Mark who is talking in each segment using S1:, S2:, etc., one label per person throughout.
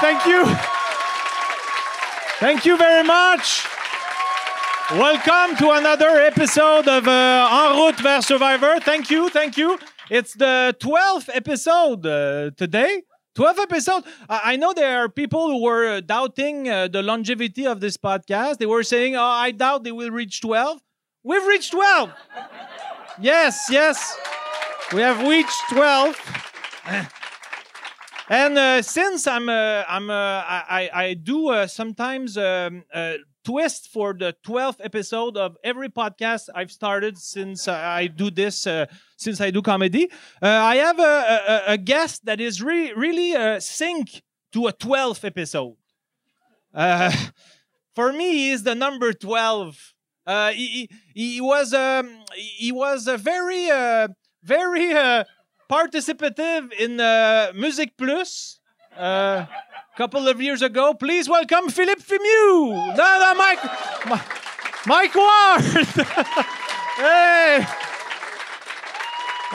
S1: Thank you. Thank you very much. Welcome to another episode of uh, En Route vers Survivor. Thank you, thank you. It's the 12th episode uh, today. 12th episode. I, I know there are people who were doubting uh, the longevity of this podcast. They were saying, oh, I doubt they will reach 12. We've reached 12. yes, yes. We have reached 12. And uh, since I'm, uh, I'm, uh, I, I I do uh, sometimes um, uh, twist for the 12th episode of every podcast I've started since I I do this, uh, since I do comedy. Uh, I have a, a- a, a guest that is re- really uh, sync to a 12th episode. Uh, for me, he is the number 12. Uh, he, he, he was um, he he was a very uh, very uh, participative in uh, Music Plus a couple of years ago. Please welcome Philippe Fimieux. No, no, Mike, Mi- Mike Ward. hey,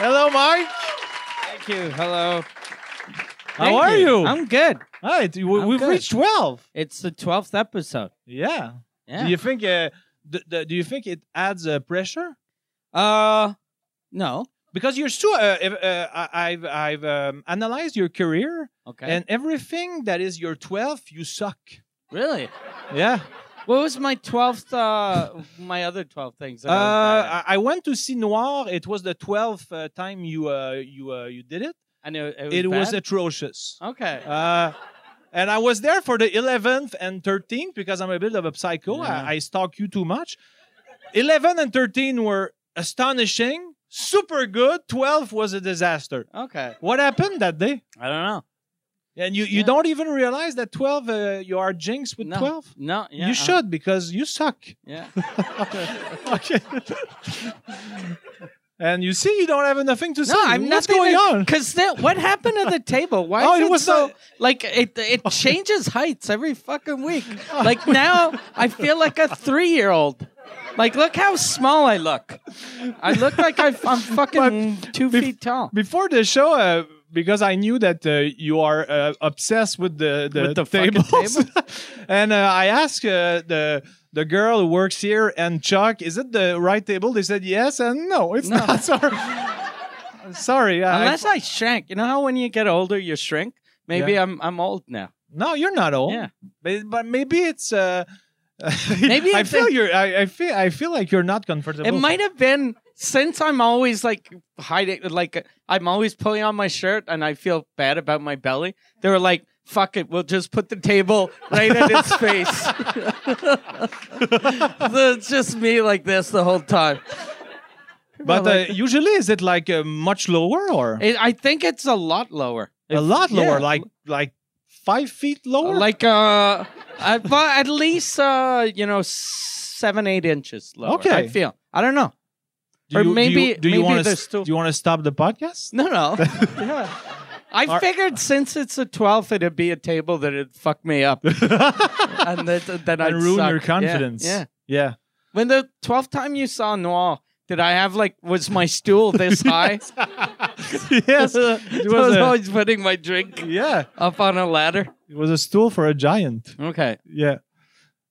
S1: hello, Mike.
S2: Thank you. Hello.
S1: How are you?
S2: I'm good.
S1: Hi, do- we,
S2: I'm
S1: we've
S2: good.
S1: reached twelve.
S2: It's the twelfth episode.
S1: Yeah.
S2: Yeah.
S1: Do you think? Uh, d- d- do you think it adds uh, pressure?
S2: uh, no.
S1: Because you're so. Uh, if, uh, I- I've I've um, analyzed your career
S2: Okay.
S1: and everything that is your 12th, you suck.
S2: really?
S1: Yeah.
S2: What was my twelfth? Uh, my other twelve things. That
S1: Uh,
S2: I, was bad at?
S1: I, I went to see Noir. It was the 12th uh, time you uh, you uh, you did it.
S2: I knew it was.
S1: It was
S2: bad?
S1: atrocious.
S2: okay.
S1: Uh, and I was there for the 11th and 13th because I'm a bit of a psycho.
S2: Yeah.
S1: I, I stalk you too much. 11 and 13 were astonishing, super good. 12 was a disaster.
S2: okay.
S1: What happened that day?
S2: I don't know.
S1: And you, you
S2: Yeah.
S1: don't even realize that 12, uh, you are jinx with
S2: no.
S1: 12?
S2: No. Yeah.
S1: you
S2: uh,
S1: should because you suck.
S2: Yeah.
S1: okay. and you see, you don't have nothing to say.
S2: No, I'm
S1: What's
S2: nothing
S1: going
S2: to-
S1: on?
S2: Cause that, what happened at the table? Why
S1: Oh,
S2: is
S1: it
S2: it,
S1: was
S2: so
S1: not- Oh.
S2: like it? It changes heights every fucking week. Like now, I feel like a three-year-old. Like, look how small I look. I look like I've, I'm fucking two
S1: bef-
S2: feet tall.
S1: Before the show, uh, because I knew that uh, you are uh, obsessed with the the,
S2: With the fucking
S1: tables, and uh, I asked uh, the the girl who works here and Chuck, is it the right table? They said yes and no, it's
S2: No.
S1: not. Sorry. Sorry, I-
S2: Unless I shrank. You know how when you get older, you shrink. Maybe I'm I'm old now.
S1: no, you're not old.
S2: Yeah.
S1: But, but maybe it's. Uh,
S2: Maybe
S1: I
S2: it's
S1: feel
S2: a-
S1: you're. I, I feel. I feel like you're not comfortable.
S2: It might have been since I'm always like hiding, like I'm always pulling on my shirt and I feel bad about my belly. They were like, fuck it, we'll just put the table right at his face. so it's just me like this the whole time.
S1: But uh,
S2: Like-
S1: usually, is it like uh, much lower or
S2: It, I think it's a lot lower.
S1: a lot lower,
S2: yeah.
S1: like like five feet lower?
S2: Like, uh, I- but at least, uh, you know, seven, eight inches lower.
S1: Okay.
S2: I feel. I don't know.
S1: do
S2: or
S1: you, do you,
S2: maybe-
S1: do you
S2: maybe
S1: want
S2: there's
S1: to
S2: two-
S1: do you want to stop the podcast?
S2: No, no. Yeah. I
S1: Are-
S2: figured since it's the 12th, it'd be a table that would fuck me up. and that, that I'd
S1: and ruin
S2: suck.
S1: your
S2: Yeah,
S1: confidence.
S2: Yeah,
S1: yeah.
S2: When the 12th time you saw Noir, did I have like, was my stool this high?
S1: yes,
S2: So
S1: it
S2: I
S1: was
S2: was
S1: a-
S2: always putting my drink
S1: yeah.
S2: up on a ladder.
S1: It was a stool for a giant.
S2: Okay.
S1: Yeah.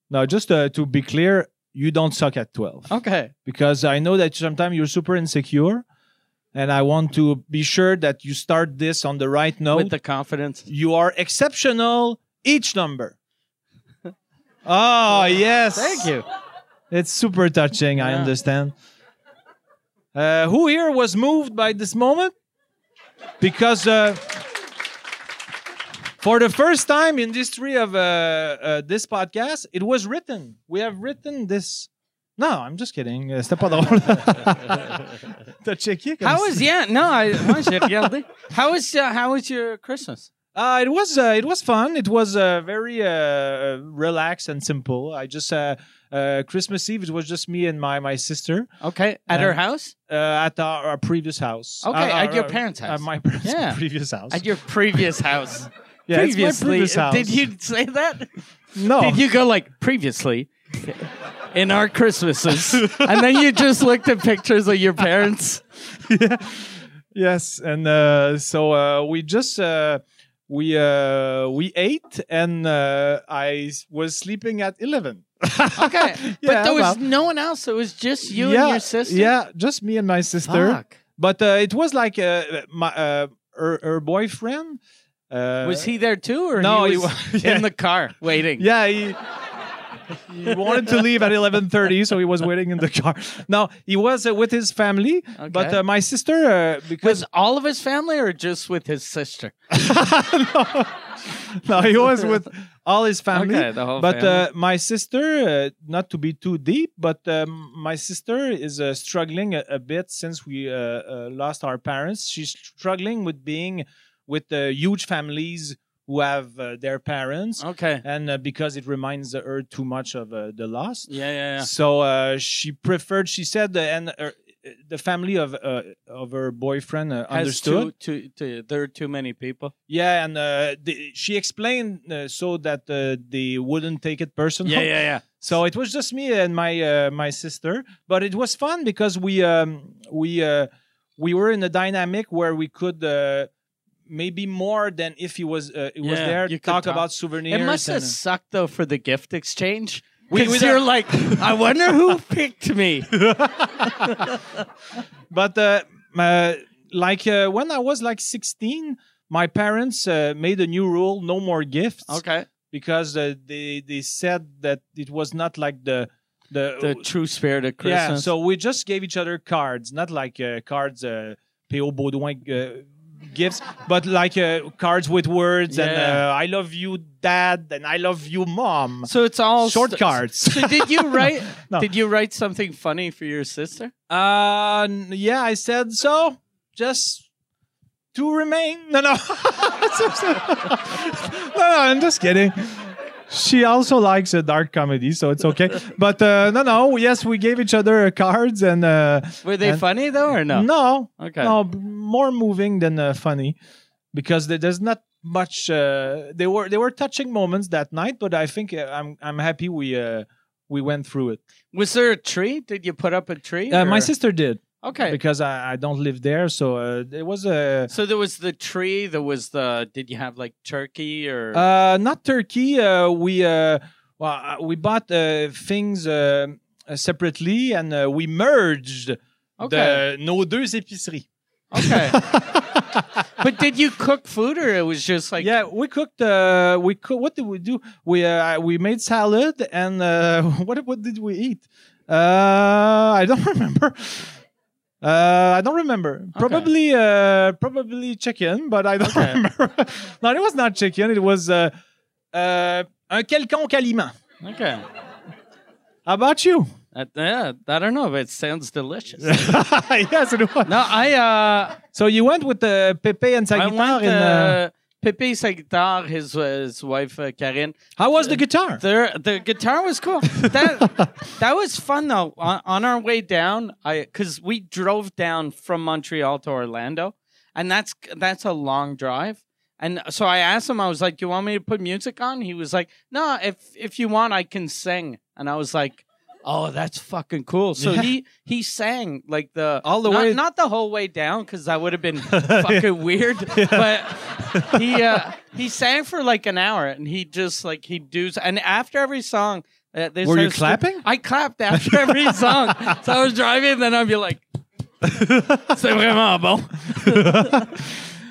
S1: Now, just uh, to be clear, you don't suck at twelve
S2: Okay.
S1: because I know that sometimes you're super insecure, and I want to be sure that you start this on the right note.
S2: With the confidence.
S1: You are exceptional each number. oh, yes.
S2: Thank you.
S1: It's super touching, I
S2: Yeah.
S1: understand. Uh, who here was moved by this moment? Because uh, for the first time in the history of uh, uh, this podcast, it was written. We have written this. No, I'm just kidding. Uh, C'était pas drôle. T'as checké comme
S2: How
S1: si-
S2: was, yeah, no, I, why is it guilty? How was, uh, how was your Christmas?
S1: Uh, it was uh, it was fun. It was uh, very uh, relaxed and simple. I just uh, uh, Christmas Eve. It was just me and my my sister
S2: Okay. At
S1: Yeah.
S2: her house?
S1: uh, at our, our previous house.
S2: Okay.
S1: Uh,
S2: at
S1: our-
S2: your parents' house.
S1: At my parents'
S2: Yeah.
S1: previous house.
S2: At your previous house.
S1: yeah, it's my previous house.
S2: Did you say that?
S1: No.
S2: Did you go like previously in our Christmases? and then you just looked at pictures of your parents?
S1: yes, and uh, so uh, we just uh, we uh, we ate, and uh, I s- was sleeping at eleven.
S2: Okay.
S1: Yeah,
S2: but there
S1: well.
S2: was no one else. It was just you
S1: yeah,
S2: and your sister.
S1: Yeah, just me and my sister.
S2: Fuck.
S1: But uh, it was like uh, my uh, her, her boyfriend. Uh,
S2: was he there too, or
S1: No,
S2: he
S1: he
S2: was
S1: wa- yeah.
S2: in the car waiting?
S1: Yeah, he, he wanted to leave at eleven thirty, so he was waiting in the car. No, he was uh, with his family, but
S2: Okay.
S1: uh, my sister uh, because
S2: With all of his family, or just with his sister?
S1: no, no, he was with all his family.
S2: Okay, the whole
S1: but
S2: family.
S1: Uh, my sister, uh, not to be too deep, but um, my sister is uh, struggling a, a bit since we uh, uh, lost our parents. She's struggling with being with uh, huge families who have uh, their parents,
S2: Okay.
S1: and uh, because it reminds her too much of uh, the loss.
S2: Yeah, yeah, yeah.
S1: So uh, she preferred. She said, uh, and uh, the family of uh, of her boyfriend uh,
S2: Has
S1: understood.
S2: Too, too, too, there are too many people.
S1: Yeah, and uh, the, she explained uh, so that uh, they wouldn't take it personal.
S2: Yeah, yeah, yeah.
S1: So it was just me and my uh, my sister, but it was fun because we um, we uh, we were in a dynamic where we could. Uh, Maybe more than if he was uh, he was
S2: Yeah,
S1: there.
S2: you could
S1: Talk,
S2: talk.
S1: about souvenirs.
S2: It must have
S1: and- uh,
S2: sucked though for the gift exchange.
S1: We- we
S2: Because
S1: don't-
S2: you're like, I wonder who picked me.
S1: but uh, uh, like uh, when I was like 16, my parents uh, made a new rule: no more gifts.
S2: Okay.
S1: because uh, they they said that it was not like the the,
S2: The true spirit of Christmas.
S1: Oh. yeah. So we just gave each other cards, not like uh, cards uh, P.O. Baudouin uh, gives, but like uh, cards with words and
S2: Yeah.
S1: uh, "I love you, Dad" and "I love you, Mom."
S2: So it's all
S1: Short
S2: st-
S1: cards.
S2: So did you write?
S1: No.
S2: Did you write something funny for your sister?
S1: uh, n- yeah, I said so. Just to remain. No, no. no, no, I'm just kidding. She also likes a dark comedy, so it's okay. But uh, no, no, yes, we gave each other uh, cards and uh,
S2: Were they
S1: And-
S2: funny though, or no?
S1: no,
S2: Okay.
S1: no, b- more moving than uh, funny, because there- there's not much. Uh, they were they were touching moments that night, but I think uh, I'm I'm happy we uh, we went through it.
S2: Was there a tree? Did you put up a tree?
S1: Uh, my
S2: or-
S1: sister did
S2: Okay.
S1: because I, I don't live there, so uh, it was a.
S2: So there was the tree. There was the. Did you have like turkey or?
S1: Uh, not Turkey. Uh, we uh, well, uh, we bought uh, things uh, uh, separately and uh, we merged
S2: Okay.
S1: the nos deux épiceries.
S2: okay. but did you cook food or it was just like?
S1: yeah, we cooked. Uh, we cook. What did we do? We uh, we made salad and uh, what what did we eat? Uh, I don't remember. Uh, I don't remember. Probably, uh, probably chicken, but I don't
S2: Okay.
S1: remember. no, it was not chicken. It was uh, uh, un quelconque aliment.
S2: Okay.
S1: How about you?
S2: Uh, yeah, I don't know, but it sounds delicious.
S1: yes, it was.
S2: no, I uh,
S1: So you went with uh, Pepe and sa
S2: I
S1: guitar.
S2: went
S1: in, uh,
S2: uh, Pepe sa guitar, his his wife uh, Karine.
S1: how was the guitar?
S2: Their the guitar was cool. That that was fun though. On, on our way down, I because we drove down from Montreal to Orlando, and that's that's a long drive. And so I asked him, I was like, "You want me to put music on?" He was like, "No, if if you want, I can sing." And I was like, "Oh, that's fucking cool." So he he sang like the
S1: All the
S2: not-
S1: way-
S2: not the whole way down because that would have been fucking weird. But he uh, he sang for like an hour, and he just like he does. And after every song, uh, they
S1: Were you
S2: started-
S1: clapping?
S2: I clapped after every song. so I was driving, then I'd be like, "C'est vraiment bon." yeah,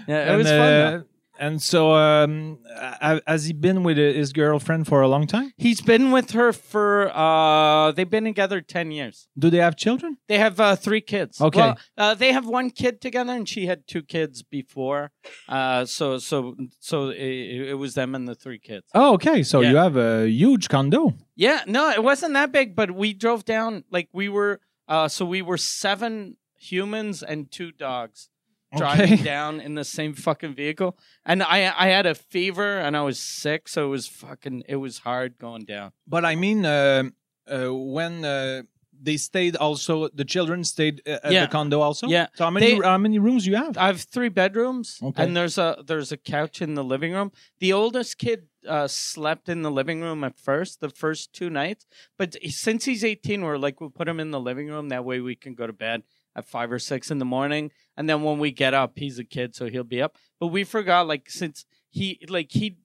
S2: it
S1: and,
S2: was fun.
S1: uh,
S2: though.
S1: and so, um, ha- has he been with uh, his girlfriend for a long time?
S2: He's been with her for uh, they've been together ten years.
S1: Do they have children?
S2: They have uh, three kids.
S1: Okay.
S2: Well, uh, they have one kid together, and she had two kids before. Uh, so so so it, it was them and the three kids.
S1: Oh, okay. So
S2: Yeah.
S1: you have a huge condo.
S2: Yeah, no, it wasn't that big, but we drove down like we were. Uh, so we were seven humans and two dogs driving
S1: Okay.
S2: down in the same fucking vehicle, and I I had a fever and I was sick, so it was fucking it was hard going down.
S1: But I mean, uh, uh, when uh, they stayed, also the children stayed uh, at
S2: Yeah.
S1: the condo. Also,
S2: Yeah.
S1: So how many
S2: They-
S1: how many rooms you have?
S2: I have three bedrooms,
S1: Okay.
S2: and there's a there's a couch in the living room. The oldest kid uh, slept in the living room at first, the first two nights. But since he's 18, we're like we'll put him in the living room. That way we can go to bed at five or six in the morning, and then when we get up, he's a kid, so he'll be up. But we forgot like since he like he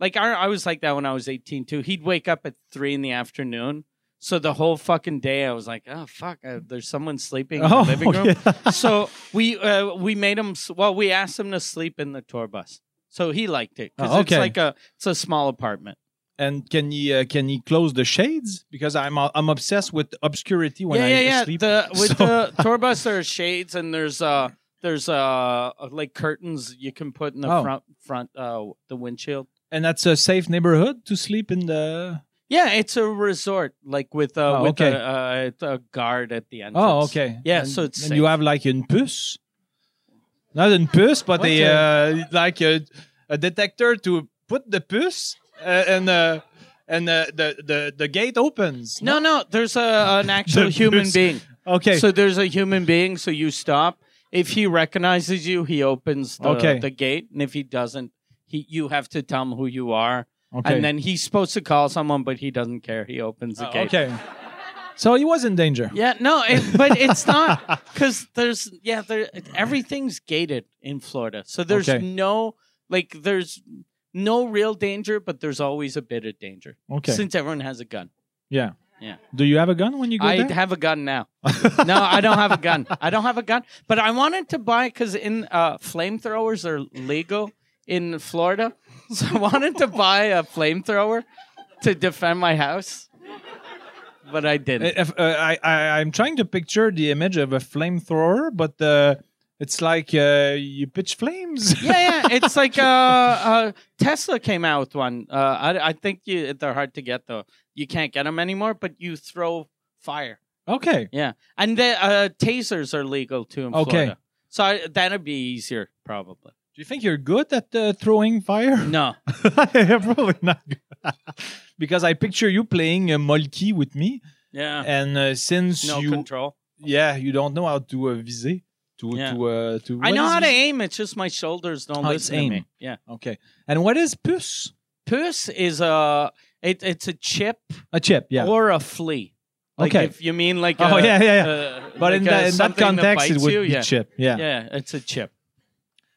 S2: like I, I was like that when I was 18 too. He'd wake up at three in the afternoon. So the whole fucking day I was like, oh fuck, uh, there's someone sleeping in
S1: Oh,
S2: the living room.
S3: yeah.
S2: so we uh, we made him s- well we asked him to sleep in the tour bus so he liked it 'cause
S3: Oh, okay.
S2: it's like a it's a small apartment
S1: And can he uh, can he close the shades? Because I'm uh, I'm obsessed with obscurity when
S2: yeah
S1: I
S2: yeah yeah
S1: sleep.
S2: the, with
S1: So-
S2: the tour bus there's shades and there's uh there's uh like curtains you can put in the
S1: Oh.
S2: front front uh the windshield
S1: and that's a safe neighborhood to sleep in the.
S2: yeah it's a resort like with uh
S1: Oh,
S2: with
S1: okay.
S2: a, uh, it's a guard at the entrance
S1: Oh, okay.
S2: Yeah,
S1: And-
S2: so it's
S1: and you
S2: safe.
S1: have like une puce, not une puce, but
S2: What
S1: a, uh, like a, a detector to put the puce uh, and uh, and uh, the the the gate opens.
S2: no no there's a an actual
S1: The
S2: human
S1: bus-
S2: being
S1: Okay.
S2: So there's a human being, so you stop. If he recognizes you, he opens the,
S1: Okay.
S2: the gate. And if he doesn't, he you have to tell him who you are.
S1: okay.
S2: And then he's supposed to call someone, but he doesn't care. He opens the
S1: Oh,
S2: gate.
S1: okay. So he was in danger.
S2: Yeah, no, it, but it's not because there's yeah, there everything's gated in Florida, so there's
S1: Okay.
S2: no like there's no real danger, but there's always a bit of danger
S1: Okay.
S2: since everyone has a gun.
S1: yeah.
S2: Yeah.
S1: Do you have a gun when you go
S2: I
S1: there?
S2: have a gun now. no, I don't have a gun. I don't have a gun. But I wanted to buy because in uh, flamethrowers are legal in Florida, so I wanted to buy a flamethrower to defend my house, but I didn't.
S1: If, uh, I, I I'm trying to picture the image of a flamethrower, but uh, it's like uh, you pitch flames.
S2: yeah, yeah, it's like uh, uh, Tesla came out with one. Uh, I, I think you, they're hard to get though. You can't get them anymore, but you throw fire.
S1: okay.
S2: Yeah, and the uh, tasers are legal too in
S1: Okay.
S2: Florida. So I, that'd be easier probably.
S1: Do you think you're good at uh, throwing fire?
S2: No.
S1: Probably not. good. because I picture you playing uh, Molki with me,
S2: Yeah.
S1: and uh, since
S2: Ah. no
S1: you
S2: control.
S1: yeah you don't know how to uh, viser to
S2: Yeah.
S1: to uh, to
S2: I
S1: what
S2: know
S1: is
S2: how to
S1: vis-
S2: aim. It's just my shoulders don't
S1: Oh, it's
S2: listen to me.
S1: aim.
S2: Yeah.
S1: Okay, and what is puce?
S2: Puss is a it, it's a chip
S1: A chip, yeah.
S2: or a flea. Like
S1: Okay.
S2: if you mean Oh, like
S1: oh
S2: a,
S1: yeah, yeah, yeah.
S2: uh,
S1: but
S2: like
S1: in,
S2: a
S1: that, in that
S2: something
S1: context, it
S2: bites
S1: would
S2: you,
S1: be
S2: yeah.
S1: chip, yeah.
S2: Yeah, it's a chip.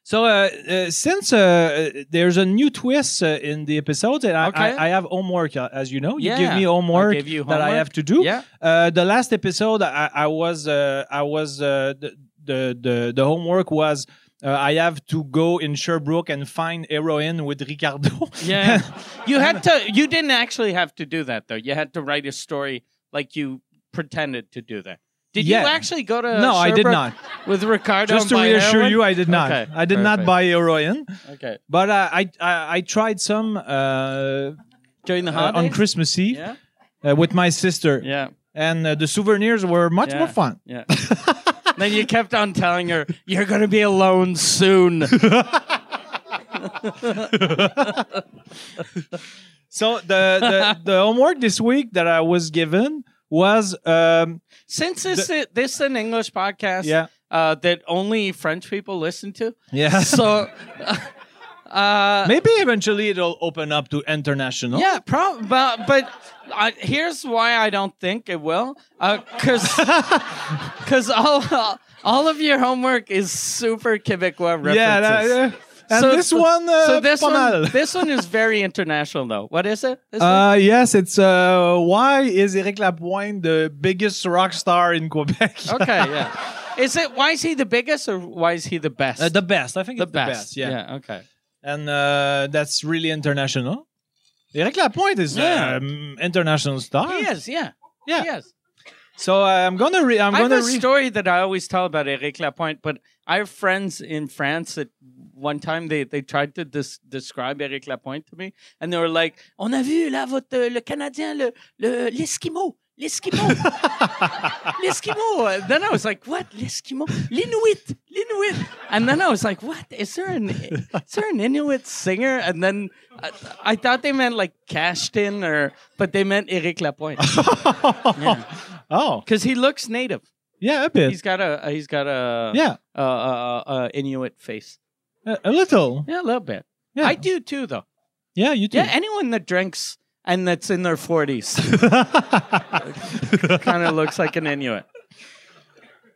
S1: So uh, uh, since uh, uh, there's a new twist uh, in the episode, and I,
S2: Okay.
S1: I, I have homework, uh, as you know, you give
S2: Yeah.
S1: me
S2: I
S1: homework
S2: gave you
S1: that
S2: homework.
S1: I have to do.
S2: Yeah.
S1: Uh, the last episode, I, I was, uh, I was, uh, the, the the the homework was. Uh, I have to go in Sherbrooke and find heroin with Ricardo.
S2: Yeah. you had to you didn't actually have to do that though. You had to write a story like you pretended to do that. Did
S1: Yeah.
S2: you actually go to
S1: no, I did
S2: Uh, Sherbrooke
S1: not.
S2: with Ricardo?
S1: Just to reassure you, I did not.
S2: Okay,
S1: I did not
S2: perfect.
S1: buy heroin,
S2: Okay.
S1: but uh, I, I I tried some uh,
S2: During the
S1: uh,
S2: holidays?
S1: on Christmas Eve
S2: Yeah.
S1: uh, with my sister.
S2: Yeah.
S1: and uh, the souvenirs were much
S2: Yeah.
S1: more fun.
S2: Yeah. then you kept on telling her, "You're gonna be alone soon."
S1: So the, the the homework this week that I was given was um
S2: Since this is this is an English podcast,
S1: yeah
S2: uh, that only French people listen to,
S1: yeah
S2: so. Uh,
S1: maybe eventually it'll open up to international.
S2: yeah, prob- but, but uh, here's why I don't think it will. Because cause all, all of your homework is super Quebecois references.
S1: yeah. that- yeah. and
S2: So-
S1: this one, uh,
S2: so uh, this
S1: pas
S2: one,
S1: mal.
S2: this one is very international, though. What is it? This one?
S1: Uh, yes, it's uh, why is Eric Lapointe the biggest rock star in Quebec?
S2: okay, yeah. Is it why is he the biggest or why is he the best?
S1: Uh, the best, I think
S2: the
S1: it's
S2: best.
S1: the best. Yeah,
S2: okay.
S1: and uh, that's really international. Eric Lapointe is
S2: Yeah.
S1: an international star.
S2: He is, yeah.
S1: Yeah.
S2: He is.
S1: So uh, I'm gonna read. I'm
S2: I have
S1: gonna
S2: a
S1: read.
S2: story that I always tell about Eric Lapointe, but I have friends in France that one time they, they tried to des- describe Eric Lapointe to me, and they were like, On a vu là votre, le Canadien, le, le, l'Eskimo. L'Eskimo. L'Eskimo. And Then I was like, what? L'Eskimo? L'Inuit. L'Inuit. And then I was like, what? Is there an, is there an Inuit singer? And then I, I thought they meant like Cashton or, but they meant Eric Lapointe.
S1: Oh,
S2: Because he looks native.
S1: yeah, a bit.
S2: He's got a uh, he's got a
S1: yeah,
S2: a, a, a- a Inuit face.
S1: a, a little.
S2: Yeah, a little bit.
S1: Yeah,
S2: I do too, though.
S1: yeah, you do.
S2: Yeah, anyone that drinks and that's in their forties kind of looks like an Inuit.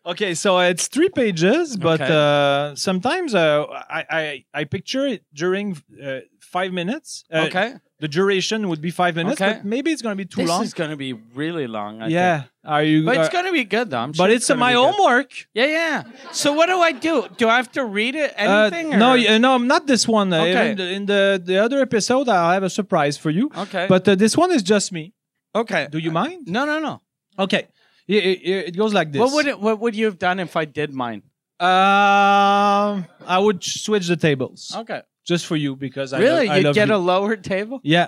S1: Okay, so it's three pages, but
S2: Okay.
S1: uh, sometimes uh, I, I I picture it during uh, five minutes. Uh,
S2: okay.
S1: The duration would be five minutes,
S2: Okay.
S1: but maybe it's going to be too
S2: this
S1: long.
S2: is going to be really long. I think.
S1: yeah. Are you?
S2: But it's
S1: uh,
S2: going to be good, though. I'm sure
S1: but it's uh,
S2: gonna
S1: my
S2: be good.
S1: homework.
S2: Yeah, yeah. So what do I do? Do I have to read it?
S1: Uh,
S2: Anything?
S1: no,
S2: or-
S1: y- no, I'm not this one. Uh,
S2: Okay.
S1: In, the, in the the other episode, I'll have a surprise for you.
S2: Okay.
S1: But uh, this one is just me.
S2: okay.
S1: Do you mind?
S2: No, no, no.
S1: Okay. It, it, it goes like this.
S2: What would it, what would you have done if I did mine?
S1: Um, I would switch the tables
S2: Okay.
S1: just for you because I
S2: really?
S1: Lo- I
S2: You'd
S1: love
S2: get
S1: you.
S2: a lower table?
S1: yeah.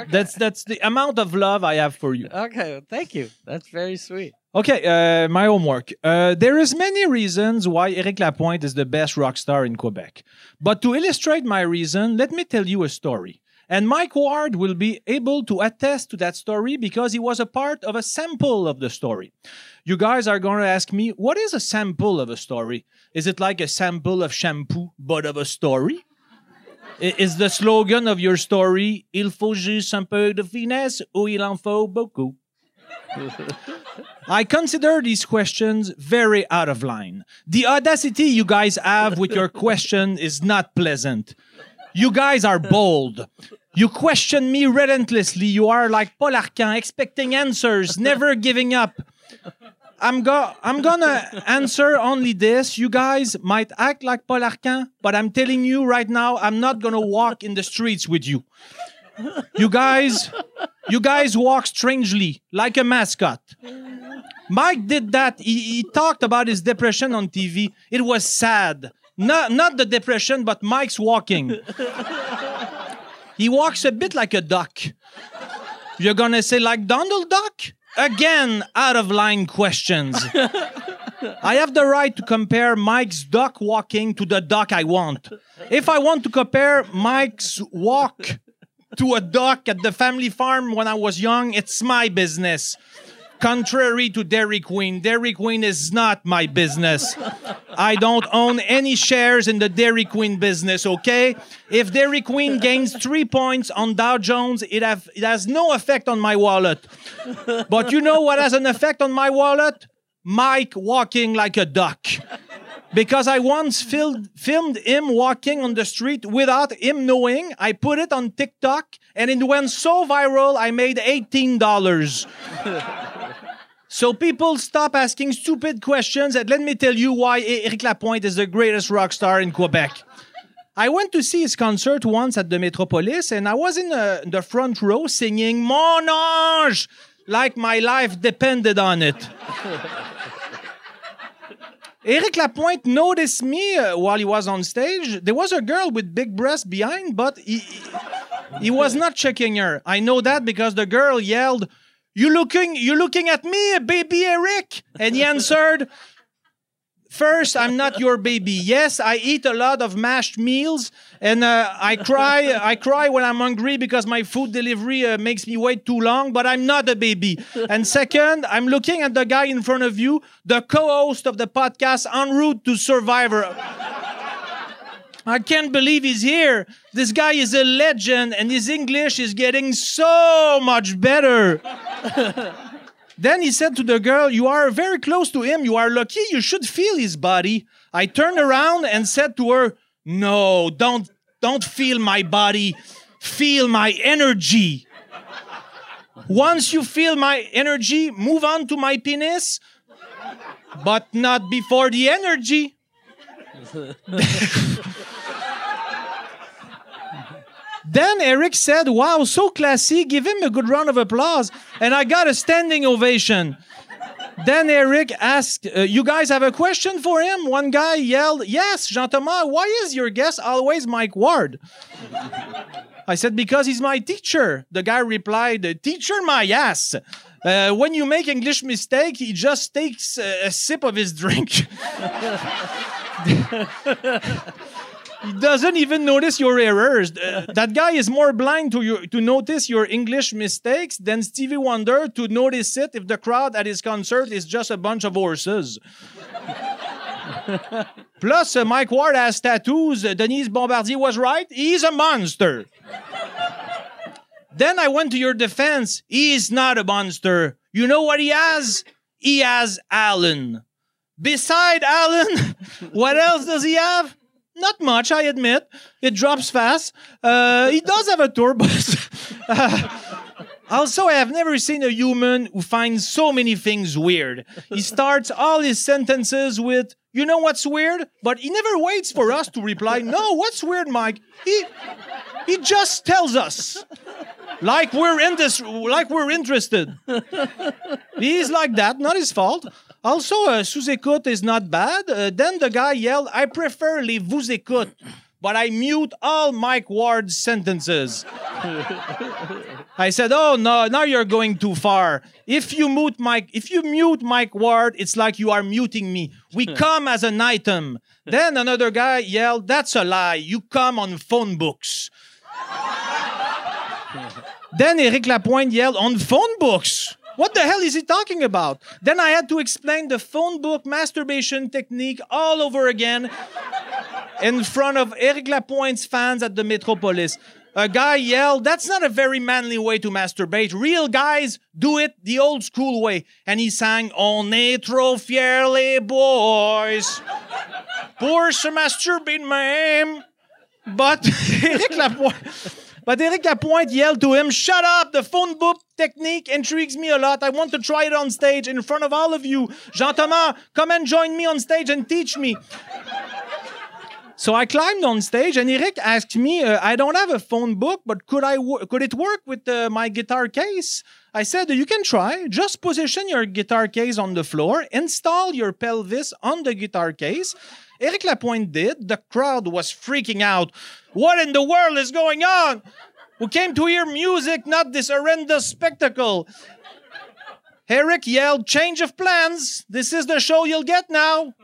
S2: Okay.
S1: That's that's the amount of love I have for you.
S2: okay. Thank you. That's very sweet.
S1: Okay, uh, my homework. Uh, there is many reasons why Eric Lapointe is the best rock star in Quebec. But to illustrate my reason, let me tell you a story. And Mike Ward will be able to attest to that story because he was a part of a sample of the story. You guys are going to ask me, what is a sample of a story? Is it like a sample of shampoo, but of a story? I- Is the slogan of your story, Il faut juste un peu de finesse ou il en faut beaucoup? I consider these questions very out of line. The audacity you guys have with your question is not pleasant. You guys are bold. You question me relentlessly. You are like Paul Arcan, expecting answers, never giving up. I'm go I'm gonna answer only this. You guys might act like Paul Arcan, but I'm telling you right now, I'm not gonna walk in the streets with you. You guys, you guys walk strangely, like a mascot. Mike did that. He, he talked about his depression on TV. It was sad. Not, not the depression, but Mike's walking. he walks a bit like a duck. You're going to say, like Donald Duck? Again, out of line questions. I have the right to compare Mike's duck walking to the duck I want. If I want to compare Mike's walk to a duck at the family farm when I was young, it's my business contrary to Dairy Queen, Dairy Queen is not my business. I don't own any shares in the Dairy Queen business, okay? If Dairy Queen gains three points on Dow Jones, it, have, it has no effect on my wallet. But you know what has an effect on my wallet? Mike walking like a duck. Because I once fil- filmed him walking on the street without him knowing. I put it on TikTok and it went so viral, I made $18. So people stop asking stupid questions and let me tell you why E. Eric Lapointe is the greatest rock star in Quebec. I went to see his concert once at the Metropolis and I was in uh, the front row singing Mon Ange like my life depended on it. Eric Lapointe noticed me uh, while he was on stage. There was a girl with big breasts behind, but he, he was not checking her. I know that because the girl yelled, "You looking? You looking at me, baby Eric?" And he answered, First, I'm not your baby. Yes, I eat a lot of mashed meals, and uh, I cry. I cry when I'm hungry because my food delivery uh, makes me wait too long. But I'm not a baby. And second, I'm looking at the guy in front of you, the co-host of the podcast, en route to Survivor. I can't believe he's here. This guy is a legend, and his English is getting so much better. Then he said to the girl, You are very close to him. You are lucky. You should feel his body. I turned around and said to her, No, don't, don't feel my body. Feel my energy. Once you feel my energy, move on to my penis, but not before the energy. Then Eric said, Wow, so classy. Give him a good round of applause. And I got a standing ovation. Then Eric asked, uh, You guys have a question for him? One guy yelled, Yes, Jean Thomas, why is your guest always Mike Ward? I said, Because he's my teacher. The guy replied, Teacher, my ass. Uh, when you make English mistake, he just takes a, a sip of his drink. He doesn't even notice your errors. Uh, that guy is more blind to your, to notice your English mistakes than Stevie Wonder to notice it if the crowd at his concert is just a bunch of horses. Plus, uh, Mike Ward has tattoos. Uh, Denise Bombardier was right. He's a monster. then I went to your defense. He's not a monster. You know what he has? He has Alan. Beside Allen, what else does he have? Not much, I admit. It drops fast. Uh, he does have a tour bus. Uh, Also, I have never seen a human who finds so many things weird. He starts all his sentences with, you know what's weird? But he never waits for us to reply, no, what's weird, Mike? He, he just tells us. Like we're in this, like we're interested. He's like that, not his fault. Also, uh, sous écoute is not bad. Uh, then the guy yelled, I prefer les vous écoute, but I mute all Mike Ward's sentences. I said, "Oh no, now you're going too far. If you mute Mike, if you mute Mike Ward, it's like you are muting me. We come as an item." Then another guy yelled, "That's a lie. You come on phone books." then Eric Lapointe yelled, "On phone books." What the hell is he talking about? Then I had to explain the phone book masturbation technique all over again in front of Eric Lapointe's fans at the Metropolis. A guy yelled, That's not a very manly way to masturbate. Real guys do it the old school way. And he sang, On est trop fiers, les boys, pour se masturber de même. But Eric Lapointe. But Eric Lapointe yelled to him, Shut up! The phone book technique intrigues me a lot. I want to try it on stage in front of all of you. Jean Thomas, come and join me on stage and teach me. So I climbed on stage, and Eric asked me, uh, "I don't have a phone book, but could I wo- could it work with uh, my guitar case?" I said, "You can try. Just position your guitar case on the floor, install your pelvis on the guitar case." Eric Lapointe did. The crowd was freaking out. What in the world is going on? We came to hear music, not this horrendous spectacle. Eric yelled, "Change of plans. This is the show you'll get now."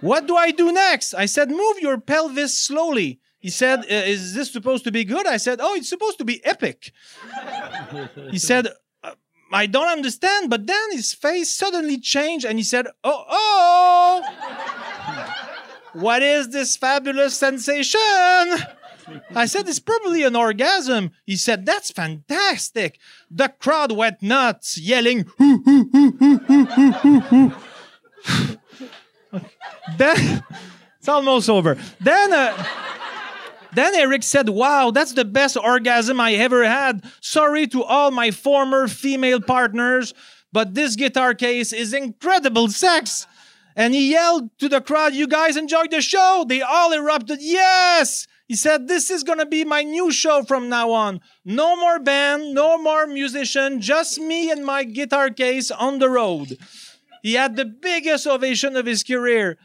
S1: What do I do next? I said, Move your pelvis slowly. He said, "Uh, Is this supposed to be good? I said, Oh, it's supposed to be epic. he said, "Uh, I don't understand. But then his face suddenly changed and he said, Oh, oh, what is this fabulous sensation? I said, It's probably an orgasm. He said, That's fantastic. The crowd went nuts, yelling, then it's almost over. Then uh, then Eric said, "Wow, that's the best orgasm I ever had. Sorry to all my former female partners, but this guitar case is incredible sex." And he yelled to the crowd, "You guys enjoyed the show?" They all erupted, "Yes!" He said, "This is gonna be my new show from now on. No more band, no more musician, just me and my guitar case on the road." He had the biggest ovation of his career.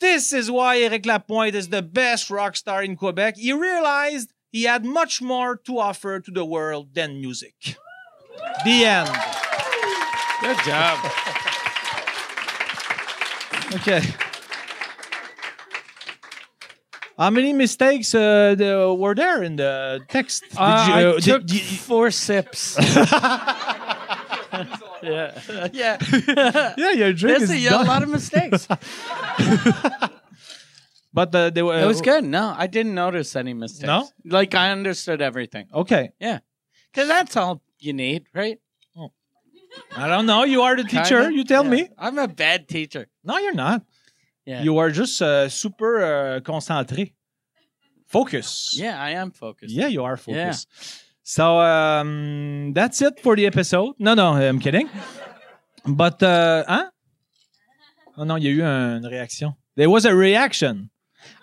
S1: This is why Eric Lapointe is the best rock star in Quebec. He realized he had much more to offer to the world than music. The end.
S3: Good job.
S1: Okay. How many mistakes uh, the, were there in the text? Did
S2: Uh,
S1: you-
S2: I
S1: uh, did
S2: took
S1: you-
S2: four sips.
S3: yeah.
S2: yeah.
S1: yeah, your drink is
S2: There's a, yeah, a
S1: done.
S2: lot of mistakes.
S1: But uh, they were.
S2: it was good. No, I didn't notice any mistakes.
S1: No?
S2: Like I understood everything.
S1: uh, Okay.
S2: Because that's all you need, right?
S1: I don't know. You are the teacher.
S2: Kinda.
S1: You tell
S2: Yeah.
S1: me.
S2: I'm a bad teacher.
S1: No, you're not.
S2: Yeah.
S1: You are just uh, super uh, concentré. Focus.
S2: yeah, I am focused.
S1: Yeah, you are focused. So um, that's it for the episode. No, no, I'm kidding. But, uh, hein? Oh non, il y a eu une réaction. There was a reaction.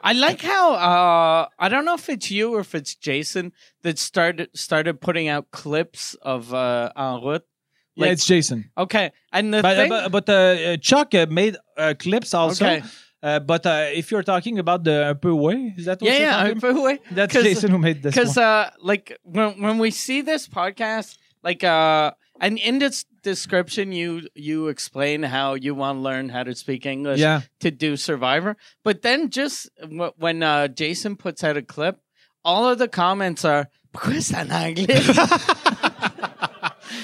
S2: I like how uh, I don't know if it's you or if it's Jason that started started putting out clips of uh, en route.
S1: yeah,
S2: Like-
S1: it's Jason.
S2: Okay, and the
S1: But,
S2: thing.
S1: but, but, uh, uh, Chuck uh, made uh, clips also.
S2: okay.
S1: Uh, but uh, if you're talking about the un peu way, is that what
S2: Yeah,
S1: you're
S2: yeah.
S1: talking
S2: I'm away.
S1: about? That's
S2: 'cause-
S1: Jason who made this one.
S2: because uh like when when we see this podcast like uh and in this description you you explain how you want to learn how to speak english
S1: yeah.
S2: to do survivor but then just w- when uh jason puts out a clip all of the comments are because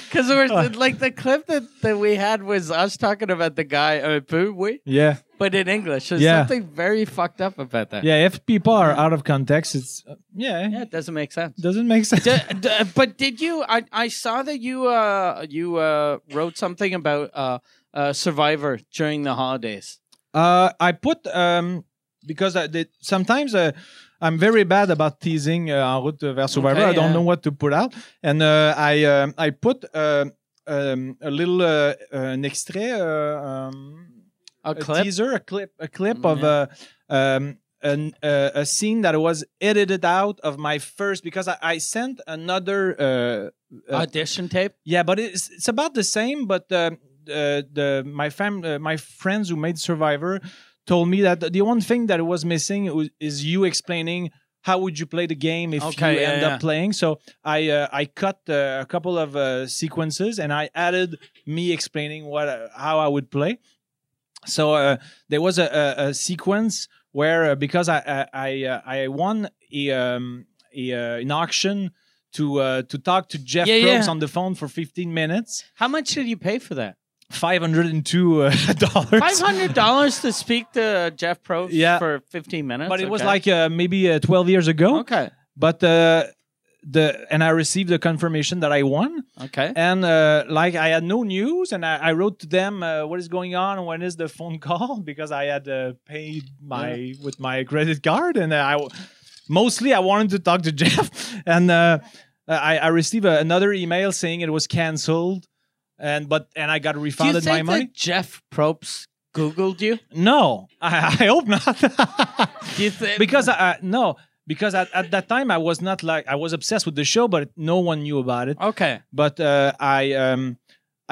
S2: Because we're like the clip that, that we had was us talking about the guy uh, Boo we,
S1: Yeah.
S2: but in English. There's
S1: Yeah.
S2: something very fucked up about that.
S1: Yeah. If people are out of context, it's uh, yeah,
S2: yeah it doesn't make sense.
S1: doesn't make sense.
S2: D- d- but did you? I, I saw that you uh you uh wrote something about uh, uh Survivor during the holidays.
S1: Uh, I put um because I did, sometimes uh, I'm very bad about teasing uh, en route vers Survivor.
S2: Okay,
S1: I don't
S2: yeah.
S1: know what to put out, and uh, I um, I put uh, um, a little uh, uh, an extrait, uh, um,
S2: A, clip.
S1: teaser, a clip, a clip
S2: Mm,
S1: of a. Um, an, uh, a scene that was edited out of my first because I, I sent another uh, uh,
S2: audition tape.
S1: yeah, but it's it's about the same. But uh, uh, the my fam uh, my friends who made Survivor told me that the one thing that was missing was, is you explaining how would you play the game if
S2: Okay,
S1: you
S2: yeah,
S1: end
S2: yeah.
S1: up playing. So I uh, I cut uh, a couple of uh, sequences and I added me explaining what uh, how I would play. So uh, there was a, a, a sequence where uh, because I I I, uh, I won a, um, a, uh, an auction to uh, to talk to Jeff
S2: Yeah,
S1: Probst
S2: yeah.
S1: on the phone for 15 minutes,
S2: How much did you pay for that?
S1: five hundred and two uh, dollars.
S2: Five hundred dollars to speak to Jeff Pro
S1: Yeah.
S2: for fifteen minutes.
S1: But it was
S2: okay.
S1: like uh, maybe uh, 12 years ago.
S2: okay,
S1: But uh, the and I received the confirmation that I won.
S2: okay.
S1: and uh, like I had no news, and I, I wrote to them uh, what is going on, when is the phone call because I had uh, paid my with my credit card, and I mostly I wanted to talk to Jeff, and uh, I, I received a, another email saying it was canceled, and but and I got
S2: Do you
S1: refunded
S2: think
S1: my
S2: that
S1: money.
S2: Jeff Probst Googled you?
S1: No, I, I hope not.
S2: Do you think
S1: because I, I no. Because at, at that time I was not like I was obsessed with the show, but no one knew about it
S2: okay,
S1: but uh, I um,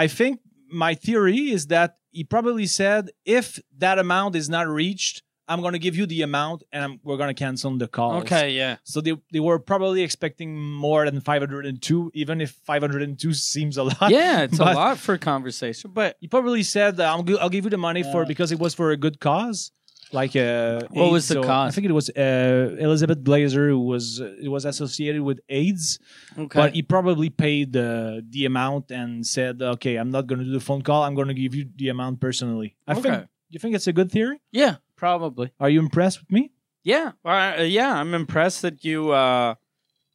S1: I think my theory is that he probably said if that amount is not reached, I'm going to give you the amount and I'm, we're going to cancel the call.
S2: okay, yeah,
S1: So they, they were probably expecting more than 502, even if 502 seems a lot.
S2: yeah. It's
S1: But-
S2: a lot for a conversation, but
S1: He probably said that I'll, gi- I'll give you the money for
S2: Yeah.
S1: because it was for a good cause. Like uh,
S2: What was
S1: AIDS
S2: the
S1: or- I
S2: cause?
S1: think it was uh, Elizabeth Glazer who was uh, it was associated with AIDS.
S2: okay.
S1: But he probably paid uh, the amount and said, "Okay, I'm not going to do the phone call. I'm going to give you the amount personally." I
S2: Okay.
S1: think. You think it's a good theory?
S2: yeah, probably.
S1: Are you impressed with me?
S2: Yeah, uh, yeah. I'm impressed that you. uh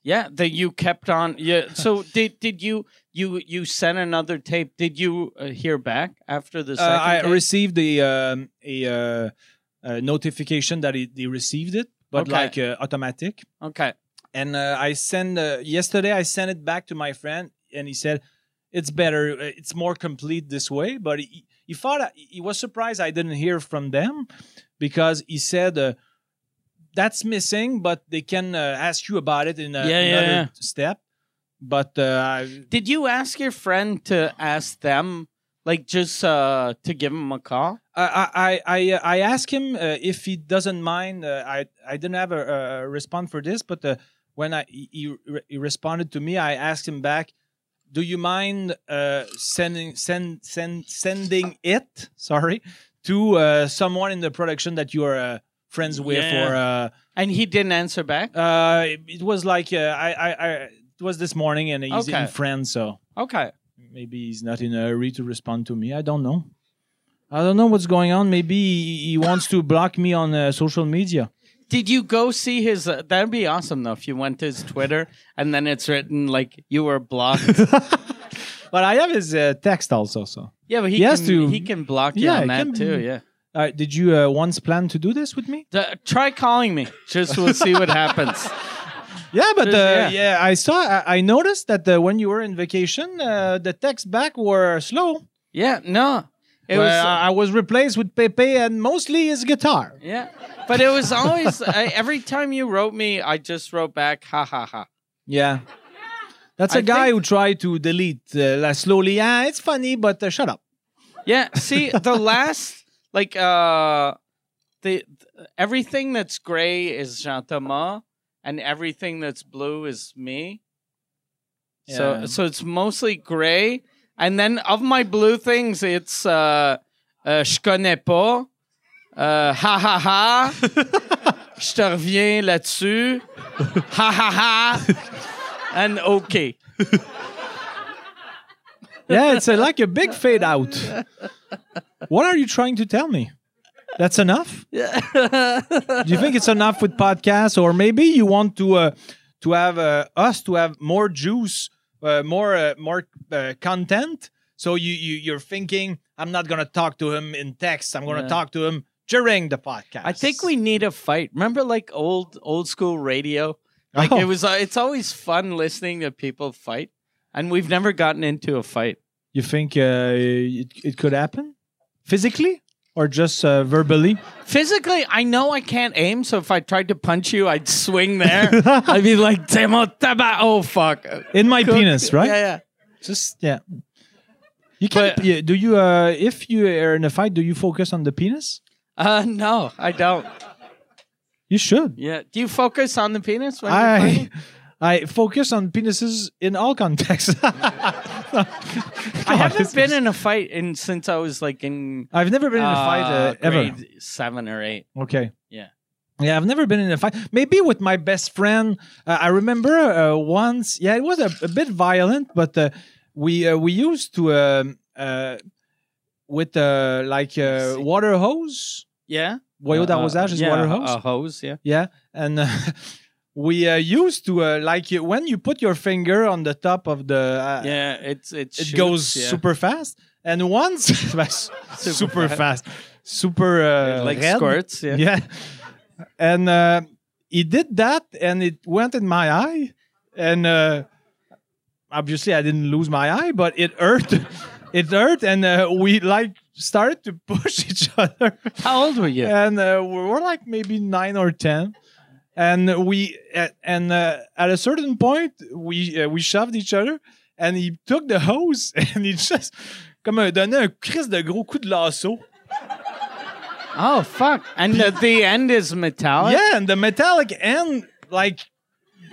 S2: yeah, that you kept on. Yeah. So did did you you you sent another tape? Did you uh, hear back after the
S1: Uh,
S2: second?
S1: I
S2: tape?
S1: received a um, a, uh, a notification that it, they received it, but
S2: Okay.
S1: like uh, automatic.
S2: okay.
S1: And uh, I sent uh, yesterday. I sent it back to my friend, and he said, "It's better. uh, It's more complete this way." But he, he thought I- he was surprised I didn't hear from them because he said uh, that's missing, but they can uh, ask you about it in a,
S2: Yeah, yeah,
S1: another
S2: yeah.
S1: step. But uh, I,
S2: Did you ask your friend to ask them, like, just uh, to give him a call?
S1: I, I, I, I asked him uh, if he doesn't mind. Uh, I, I didn't have a, a response for this, but uh, when I, he, he re- he responded to me, I asked him back, "Do you mind uh, sending send, send sending it? Sorry, to uh, someone in the production that you are uh, friends with,
S2: Yeah.
S1: or uh,
S2: And he didn't answer back.
S1: uh, it, it was like uh, I, I, I, it was this morning, and he's
S2: Okay.
S1: in France, so
S2: Okay.
S1: maybe he's not in a hurry to respond to me. I don't know. I don't know what's going on. Maybe he, he wants to block me on uh, social media.
S2: Did you go see his? Uh, that'd be awesome though if you went to his Twitter and then it's written like you were blocked.
S1: But I have his uh, text also. So,
S2: yeah, but he,
S1: He has
S2: can,
S1: to-
S2: he can block you
S1: Yeah,
S2: on
S1: it
S2: that
S1: can-
S2: too. Yeah.
S1: uh, did you uh, once plan to do this with me?
S2: D- try calling me. Just we'll see what happens.
S1: Yeah, but uh,
S2: Yeah.
S1: yeah. I saw. I, I noticed that uh, when you were in vacation, uh, the text back were slow.
S2: Yeah. No. It
S1: Well,
S2: was.
S1: I I was replaced with Pepe and mostly his guitar.
S2: yeah. But it was always I, every time you wrote me, I just wrote back, ha ha ha.
S1: Yeah. That's a
S2: I
S1: guy
S2: think-
S1: who tried to delete uh, like, slowly. Yeah, it's funny, but uh, shut up.
S2: Yeah, see the last like uh the th- everything that's gray is Jean Thomas and everything that's blue is me. So
S1: Yeah.
S2: so it's mostly gray and then of my blue things it's uh uh je connais pas uh ha ha ha je te reviens là-dessus ha ha ha and okay.
S1: yeah, it's uh like a big fade out. What are you trying to tell me? That's enough. Do you think it's enough with podcasts, or maybe you want to uh, to have uh, us to have more juice, uh, more uh, more uh, content? So you, you you're thinking I'm not gonna talk to him in text. I'm gonna
S2: Yeah.
S1: talk to him during the podcast.
S2: I think we need a fight. Remember, like old old school radio. Like
S1: Oh,
S2: it was. Uh, it's always fun listening to people fight, and we've never gotten into a fight.
S1: you think uh, it, it could happen physically or just uh, verbally?
S2: Physically, I know I can't aim, so if I tried to punch you, I'd swing there. I'd be like, "Demo taba, oh fuck!"
S1: in my penis, right?
S2: Yeah,
S1: Just yeah. You can. not yeah, do you? Uh, if you are in a fight, do you focus on the penis?
S2: yeah. Uh, no, I don't.
S1: You should.
S2: Yeah. Do you focus on the penis? When you're
S1: I
S2: fighting?
S1: I focus on penises in all contexts.
S2: I haven't been in a fight in since I was like in
S1: I've never been in a fight uh,
S2: uh,
S1: ever.
S2: grade seven or eight.
S1: Okay.
S2: Yeah.
S1: Yeah, I've never been in a fight. Maybe with my best friend. Uh, I remember uh, once. Yeah, it was a, a bit violent, but uh, we uh, we used to um, uh, with uh, like uh,
S2: See.
S1: water hose.
S2: Yeah. Uh,
S1: Voyau d'arrosage is
S2: yeah, uh.
S1: water hose.
S2: A hose. Yeah.
S1: Yeah, and uh, we uh, used to uh, like you- when you put your finger on the top of the uh,
S2: Yeah. It's it.
S1: it
S2: shoots,
S1: goes
S2: yeah.
S1: super fast. And once super, super fast, super uh,
S2: like
S1: red.
S2: squirts. Yeah.
S1: Yeah, and uh, he did that, and it went in my eye, and uh, obviously I didn't lose my eye, but it hurt. it hurt, and uh, we like started to push each other
S2: How old were you?
S1: and uh, we were like maybe nine or ten and we a- and uh, at a certain point we uh, we shoved each other and he took the hose and he just comme un, donnait un crise de gros coup de lasso
S2: Oh fuck! And the, the end is metallic.
S1: yeah and the metallic end like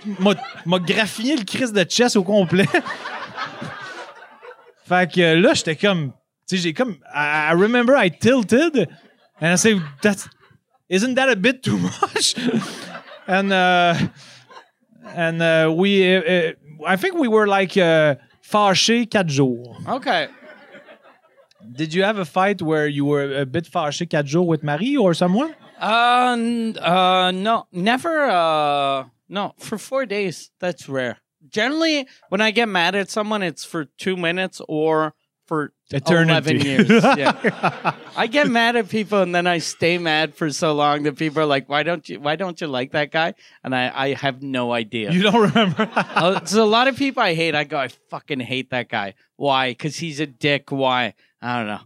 S1: m'a m'a graffiné le crise de chest au complet fait que là j'étais comme tu sais j'ai comme I, I remember I tilted and I say that's isn't that a bit too much? and uh, and uh, we, uh, uh, I think we were like uh, fâché quatre jours.
S2: Okay.
S1: Did you have a fight where you were a bit fâché quatre jours with Marie or someone?
S2: Uh, n- uh, no, never. Uh, no, for four days. That's rare. Generally, when I get mad at someone, it's for two minutes or for eleven years. Yeah. I get mad at people, and then I stay mad for so long that people are like, "Why don't you? Why don't you like that guy?" And I, I have no idea.
S1: You don't remember?
S2: Uh, There's a lot of people I hate. I go, I fucking hate that guy. Why? Because he's a dick. Why? I don't know.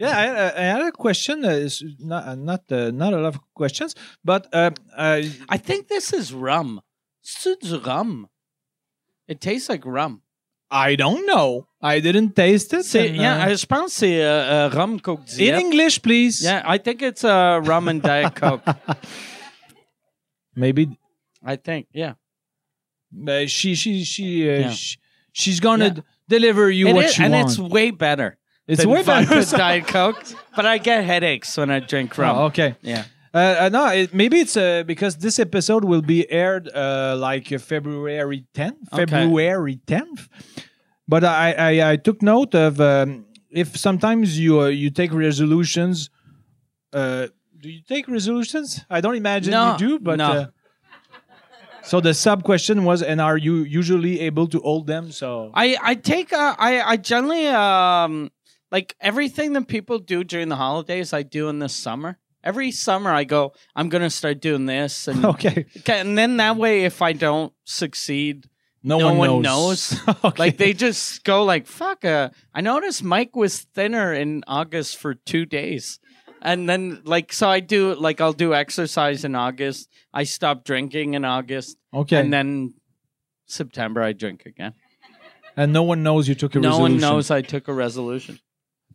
S1: yeah, I, I, I had a question. Uh, is not uh, not uh, not a lot of questions, but uh, uh,
S2: I think this is rum. It's rum. It tastes like rum.
S1: I don't know. I didn't taste it.
S2: C'est,
S1: and,
S2: yeah,
S1: uh,
S2: je pense que c'est euh, euh, rum coke
S1: in
S2: diet.
S1: English, please.
S2: Yeah, I think it's uh, rum and diet coke.
S1: Maybe
S2: I think, yeah.
S1: Uh, she she she, uh,
S2: Yeah.
S1: sh- she's gonna
S2: Yeah.
S1: d- deliver you
S2: It
S1: what
S2: is-
S1: you
S2: and
S1: want.
S2: it's way better.
S1: It's
S2: than
S1: way better.
S2: vodka diet coke. But I get headaches when I drink rum.
S1: Oh, okay.
S2: Yeah.
S1: Uh, uh, no, it, maybe it's uh, because this episode will be aired uh, like uh, February 10th.
S2: Okay.
S1: February 10th. But I, I, I took note of um, if sometimes you uh, you take resolutions. Uh, do you take resolutions? I don't imagine
S2: No,
S1: you do, but.
S2: no.
S1: Uh, so the sub question was, and are you usually able to hold them? So
S2: I I take uh, I I generally um like everything that people do during the holidays I do in the summer. Every summer I go I'm going to start doing this and
S1: okay,
S2: Okay, and then that way if I don't succeed
S1: no,
S2: No one
S1: okay.
S2: like they just go like fuck uh, I noticed Mike was thinner in August for 2 days. And then like so I do like I'll do exercise in August. I stop drinking in August
S1: Okay.
S2: and then September I drink again.
S1: and no one knows you took a
S2: No one
S1: resolution.
S2: knows I took a resolution.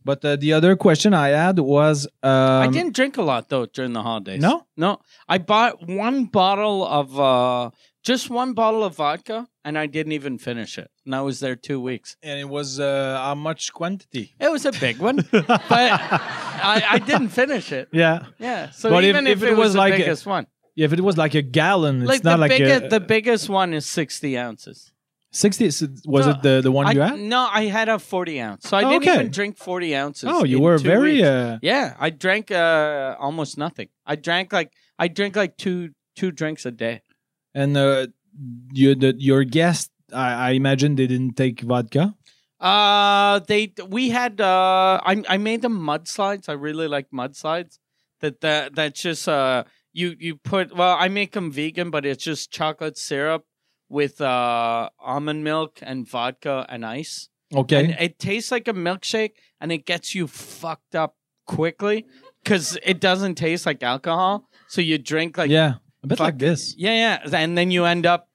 S1: But uh, the other question I had was um,
S2: I didn't drink a lot though during the holidays.
S1: No?
S2: no. I bought one bottle of uh, just one bottle of vodka, and I didn't even finish it. And I was there two weeks.
S1: And it was uh, how much quantity?
S2: It was a big one, but I, I didn't finish it.
S1: Yeah.
S2: Yeah. So
S1: But if-
S2: even if,
S1: if
S2: it, was, the
S1: like a-
S2: biggest one,
S1: If it was like a gallon,
S2: like
S1: it's not
S2: the
S1: like
S2: biggest,
S1: a,
S2: the biggest one is sixty ounces.
S1: Sixty is- was
S2: No,
S1: it the the one
S2: I,
S1: you had? Oh,
S2: No, I had a 40 ounce. So I didn't
S1: Okay.
S2: even drink 40 ounces.
S1: Oh, you
S2: in
S1: were
S2: two
S1: very
S2: weeks.
S1: uh,
S2: Yeah, I drank uh, almost nothing. I drank like I drink like two two drinks a day.
S1: and uh, you the, your guest. I, I imagine they didn't take vodka.
S2: Uh, they we had uh, I I made them mudslides. I really like mudslides. That that that's just uh, you you put well, I make them vegan, but it's just chocolate syrup with uh almond milk and vodka and ice.
S1: Okay,
S2: And it tastes like a milkshake, and it gets you fucked up quickly because it doesn't taste like alcohol. So you drink like
S1: yeah, a bit
S2: fuck-
S1: like this.
S2: Yeah, yeah. And then you end up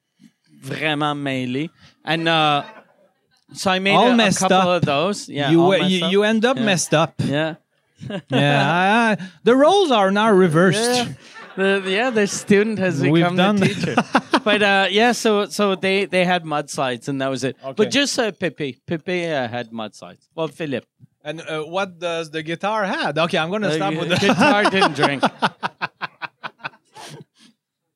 S2: vraiment mêlé. And uh, so I made
S1: All
S2: a, a
S1: messed
S2: couple
S1: up.
S2: of those. Yeah,
S1: you
S2: all
S1: were-
S2: messed
S1: you,
S2: up.
S1: you end up
S2: Yeah.
S1: messed up.
S2: yeah.
S1: yeah, I, I, the roles are now reversed.
S2: Yeah. The, yeah, the student has
S1: We've
S2: become
S1: done
S2: the
S1: that.
S2: teacher. but uh, yeah, so so they they had mudslides and that was it.
S1: Okay.
S2: But just uh, Pepe, Pepe uh, had mudslides. Well, Philip,
S1: And uh, what does the guitar had? Okay, I'm gonna
S2: the
S1: stop with the
S2: Uh, guitar didn't drink.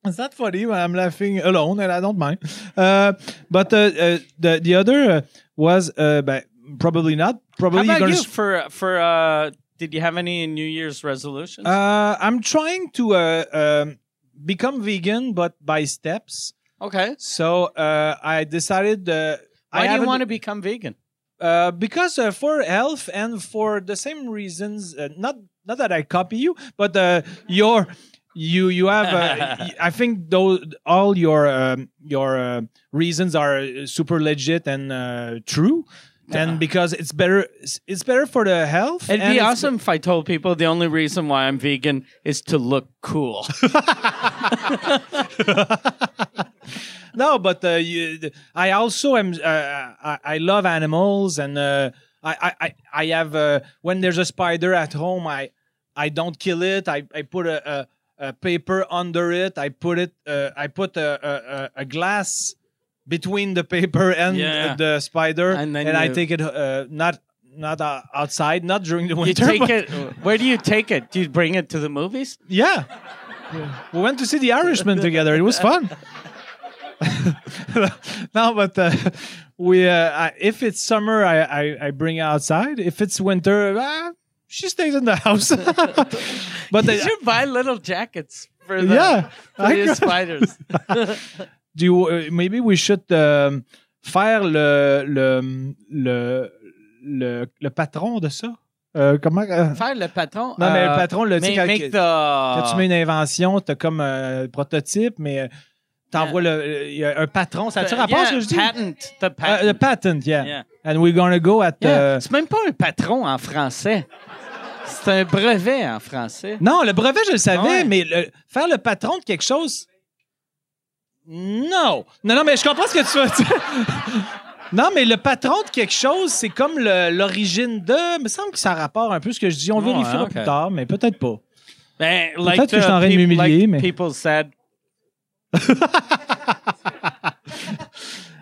S1: Is that funny? When I'm laughing alone, and I don't mind. Uh, but uh, uh, the the other uh, was uh, but probably not.
S2: How
S1: Probably
S2: about
S1: gonna
S2: you
S1: s-
S2: for for uh, did you have any New Year's resolutions?
S1: Uh, I'm trying to uh, um, become vegan, but by steps.
S2: okay,
S1: So uh, I decided. Uh, I
S2: why do you
S1: haven't-
S2: want to become vegan?
S1: Uh, because uh, for health and for the same reasons. Uh, not not that I copy you, but uh, your you you have. Uh, y- I think those all your um, your uh, reasons are uh, super legit and uh, true. And because it's better, it's- it's better for the health.
S2: It'd
S1: and
S2: be
S1: it's-
S2: awesome if I told people the only reason why I'm vegan is to look cool.
S1: no, but uh, you, I also am. Uh, I, I love animals, and uh, I, I- I, I have. Uh, when there's a spider at home, I, I don't kill it. I, I put a, a, a paper under it. I put it. Uh, I put a, a, a a glass between the paper and
S2: Yeah.
S1: the spider,
S2: And
S1: and,
S2: then
S1: I
S2: you-
S1: take it. Uh, not not uh, outside, not during the
S2: you
S1: winter.
S2: take
S1: but-
S2: it. Where do you take it? Do you bring it to the movies?
S1: yeah. We went to see The Irishman together. It was fun. no, but uh, we uh, I, if it's summer, I, I, I bring her outside. If it's winter, uh, she stays in the house. but
S2: You
S1: uh,
S2: should buy little jackets for the,
S1: yeah,
S2: for
S1: I
S2: the
S1: got-
S2: spiders.
S1: do you, uh, maybe we should um, faire le le le le le patron de ça. Euh, comment? euh,
S2: Faire le patron.
S1: non, mais
S2: euh,
S1: le patron le dit
S2: make,
S1: quand-
S2: make the,
S1: Quand
S2: Ah.
S1: tu mets une invention, t'as comme euh, le prototype, mais euh, t'envoies le, le- y a un patron. Ça
S2: the-
S1: a-tu rapport à ce
S2: Euh, yeah,
S1: que je dis?
S2: Patent. The
S1: Euh, le
S2: patent.
S1: patent, yeah. Euh,
S2: Yeah.
S1: And we're gonna go at
S2: Yeah.
S1: the-
S2: C'est même pas un patron en français. C'est un brevet en français.
S1: Non, le brevet, je le savais,
S2: Ah Ouais.
S1: mais le- faire le patron de quelque chose... Non! Non, non, mais je comprends ce que tu veux dire. Non, mais le patron de quelque chose, c'est comme le- l'origine de... Il me semble que ça rapporte un peu ce que je dis. On
S2: Ouais,
S1: vérifiera
S2: ok.
S1: plus tard, mais peut-être pas.
S2: Ben, like
S1: Peut-être que
S2: the
S1: je suis en train de
S2: peop-
S1: m'humilier,
S2: like
S1: mais-
S2: People said.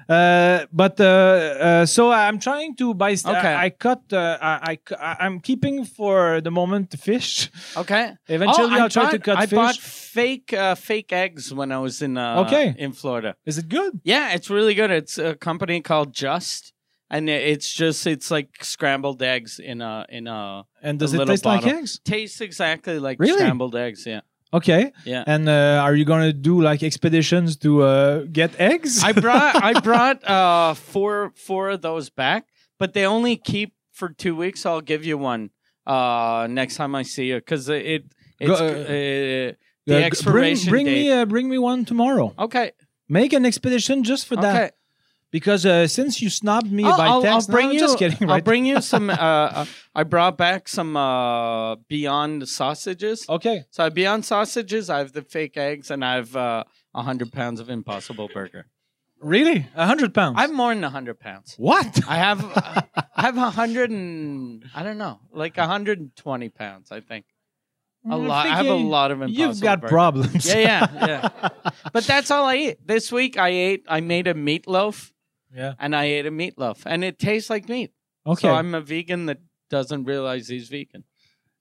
S1: Uh, but uh, uh, so I'm trying to buy. St-
S2: Okay.
S1: I, I cut. Uh, I, I cu- I am keeping for the moment the fish.
S2: Okay.
S1: Eventually,
S2: Oh, I
S1: I'll try to
S2: bought-
S1: cut
S2: I
S1: fish.
S2: bought fake uh, fake eggs when I was in uh,
S1: Okay.
S2: in Florida.
S1: Is it good?
S2: Yeah, it's really good. It's a company called Just, and it- it's just it's like scrambled eggs in a in a
S1: And does
S2: A
S1: it
S2: little
S1: taste like
S2: bottle.
S1: eggs?
S2: tastes exactly like
S1: Really?
S2: scrambled eggs. Yeah,
S1: Okay.
S2: yeah.
S1: And uh, are you gonna do like expeditions to uh, get eggs?
S2: I brought I brought uh four four of those back, but they only keep for two weeks. I'll give you one uh next time I see you because it, it
S1: Go-
S2: it's
S1: uh,
S2: uh,
S1: Uh,
S2: the
S1: g-
S2: expiration
S1: Bring, bring
S2: date.
S1: me. Uh, bring me one tomorrow.
S2: okay,
S1: Make an expedition just for
S2: okay.
S1: that. Because uh, since you snubbed me by text, No,
S2: bring
S1: I'm
S2: you.
S1: just kidding.
S2: I'll
S1: Right?
S2: bring you some. uh, uh, I brought back some uh, Beyond sausages.
S1: okay.
S2: So I have Beyond sausages. I have the fake eggs, and I have uh, hundred pounds of Impossible Burger.
S1: Really? A hundred pounds.
S2: I have more than hundred pounds.
S1: what?
S2: I have uh, I have hundred and I don't know, like hundred and twenty pounds. I think a
S1: Mm, I
S2: lot.
S1: think
S2: I have a
S1: you-
S2: lot of Impossible.
S1: You've got
S2: Burger.
S1: problems.
S2: Yeah, yeah, yeah. but that's all I eat. This week I ate. I made a meatloaf,
S1: yeah.
S2: and I ate a meatloaf, and it tastes like meat.
S1: Okay.
S2: So I'm a vegan that doesn't realize he's vegan.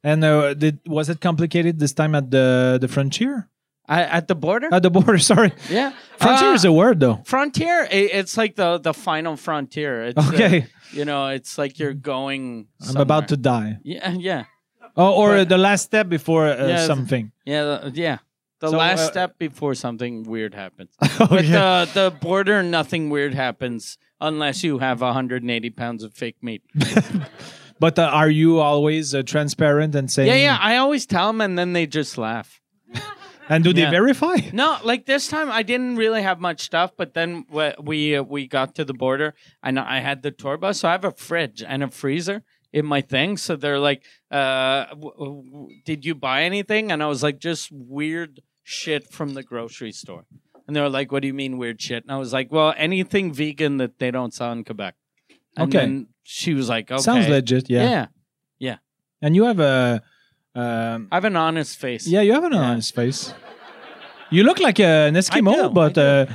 S1: And uh, did was it complicated this time at the the frontier?
S2: I, at the border.
S1: At the border, sorry.
S2: yeah,
S1: Frontier
S2: Uh,
S1: is a word, though.
S2: frontier. i it's like the the final frontier. It's, uh,
S1: Okay,
S2: you know, it's like you're going.
S1: I'm about to
S2: somewhere.
S1: die.
S2: Yeah, yeah,
S1: Oh, or
S2: But-
S1: uh, the last step before uh,
S2: Yeah,
S1: something.
S2: yeah, the- yeah. The
S1: So,
S2: last
S1: uh,
S2: step before something weird happens.
S1: Oh,
S2: But uh,
S1: yeah.
S2: the the border, nothing weird happens unless you have 180 pounds of fake meat.
S1: But uh, are you always uh, transparent and saying?
S2: Yeah, yeah. I always tell them, and then they just laugh.
S1: And do
S2: Yeah.
S1: they verify?
S2: No, like this time I didn't really have much stuff, but then wh- we uh, we got to the border and I had the tour bus, so I have a fridge and a freezer in my thing. So they're like, uh, w- w- w- "Did you buy anything?" And I was like, "Just weird shit from the grocery store." And they were like, "What do you mean weird shit?" And I was like, "Well, anything vegan that they don't sell in Quebec." And
S1: Okay.
S2: then she was like, "Okay,
S1: Sounds legit. Yeah.
S2: yeah."
S1: And you have a. Um,
S2: I have an honest face.
S1: yeah, you have an
S2: Yeah.
S1: honest face. You look like an Eskimo,
S2: do,
S1: but
S2: I
S1: uh,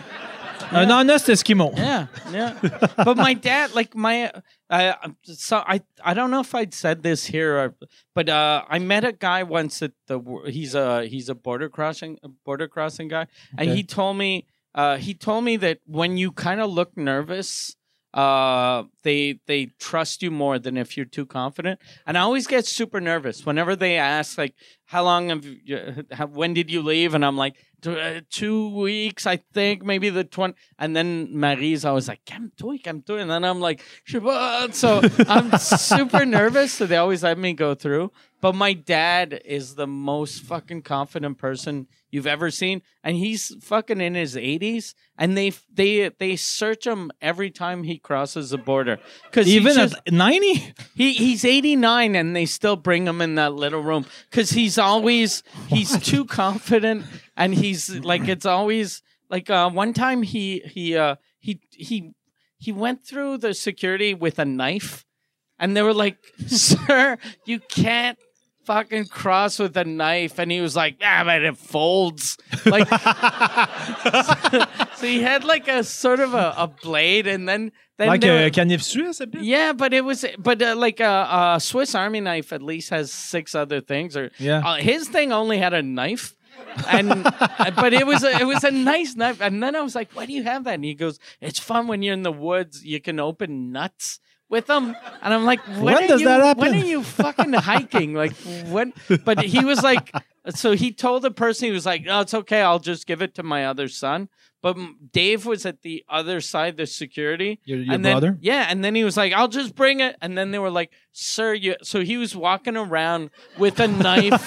S1: an honest Eskimo.
S2: Yeah, yeah. but my dad, like my, uh, so I, I don't know if I'd said this here, or, but uh, I met a guy once at the. wo- He's a he's a border crossing border crossing guy, and
S1: Okay.
S2: he told me, uh, he told me that when you kind of look nervous, uh, they they trust you more than if you're too confident. And I always get super nervous whenever they ask, like, how long have you, how, when did you leave? And I'm like, "T- uh, two weeks, I think, maybe the 20. And then Marie's always like, I'm doing, I'm doing. And then I'm like, Shabbat. So I'm super nervous. So they always let me go through. But my dad is the most fucking confident person you've ever seen. And he's fucking in his 80s. And they, they, they search him every time he crosses the border. Cause he
S1: Even
S2: just-
S1: at 90?
S2: he he's 89 and they still bring him in that little room cuz he's always he's too confident and he's like it's always like uh one time he he uh he he he went through the security with a knife and they were like sir you can't fucking cross with a knife and he was like ah but it folds like so he had like a sort of a, a blade and then then
S1: Like uh,
S2: they
S1: a
S2: were-
S1: canif suisse, a bit?
S2: yeah, but it was, but uh, like a uh, uh, Swiss Army knife at least has six other things, or
S1: Yeah.
S2: uh, his thing only had a knife, and but it was a, it was a nice knife. And then I was like, "Why do you have that?" And he goes, "It's fun when you're in the woods. You can open nuts." With them, and I'm like, when,
S1: When
S2: are
S1: does
S2: you,
S1: that
S2: When
S1: happen?"
S2: are you fucking hiking? Like, when? But he was like, so he told the person, he was like, "No, it's okay. I'll just give it to my other son." But mm, Dave was at the other side, the security,
S1: Your, your
S2: and
S1: brother?
S2: Then, yeah, and then he was like, "I'll just bring it." And then they were like, "Sir, you." So he was walking around with a knife,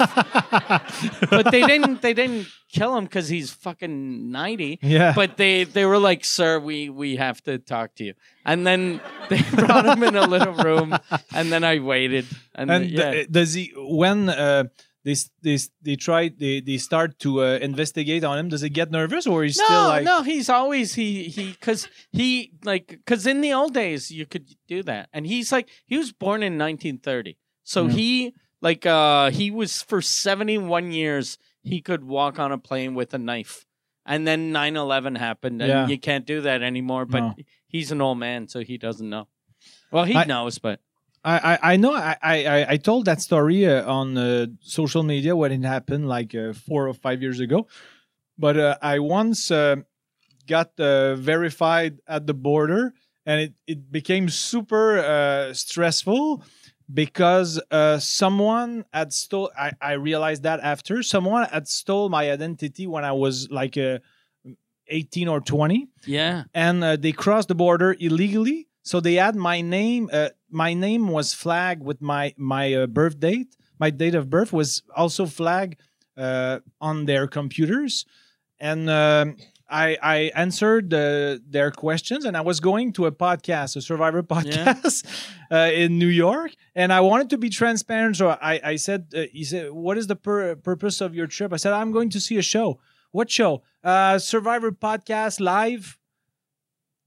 S2: but they didn't. They didn't kill him because he's fucking ninety.
S1: Yeah.
S2: But they they were like, "Sir, we we have to talk to you." And then they brought him in a little room, and then I waited, and,
S1: and
S2: um, yeah.
S1: uh, does he, when uh, they, s- they, s- they try, they, they start to uh, investigate on him, does he get nervous or he's
S2: no,
S1: still like.
S2: no, he's always he he because he like because in the old days you could do that, and he's like he was born in 1930, so
S1: Yeah.
S2: he like uh he was for 71 years he could walk on a plane with a knife, and then 9/11 happened, and
S1: Yeah.
S2: you can't do that anymore. But
S1: No.
S2: he's an old man, so he doesn't know. Well, he
S1: I-
S2: knows, but
S1: I, I, I know I, I, I- I told that story uh, on uh, social media when it happened like uh, four or five years ago. But uh, I once uh, got uh, verified at the border and it, it became super uh, stressful because uh, someone had stole. I, I realized that after someone had stole my identity when I was like uh, 18 or 20
S2: yeah,
S1: and uh, they crossed the border illegally. So they had my name. Uh, my name was flagged with my my uh, birth date. My date of birth was also flagged uh, on their computers, and um, I I answered uh, their questions. And I was going to a podcast, a Survivor podcast, uh, in New York, and I wanted to be transparent. So I I said, uh, he said, what is the pur- purpose of your trip? I said, I'm going to see a show. What show? Uh, Survivor podcast live.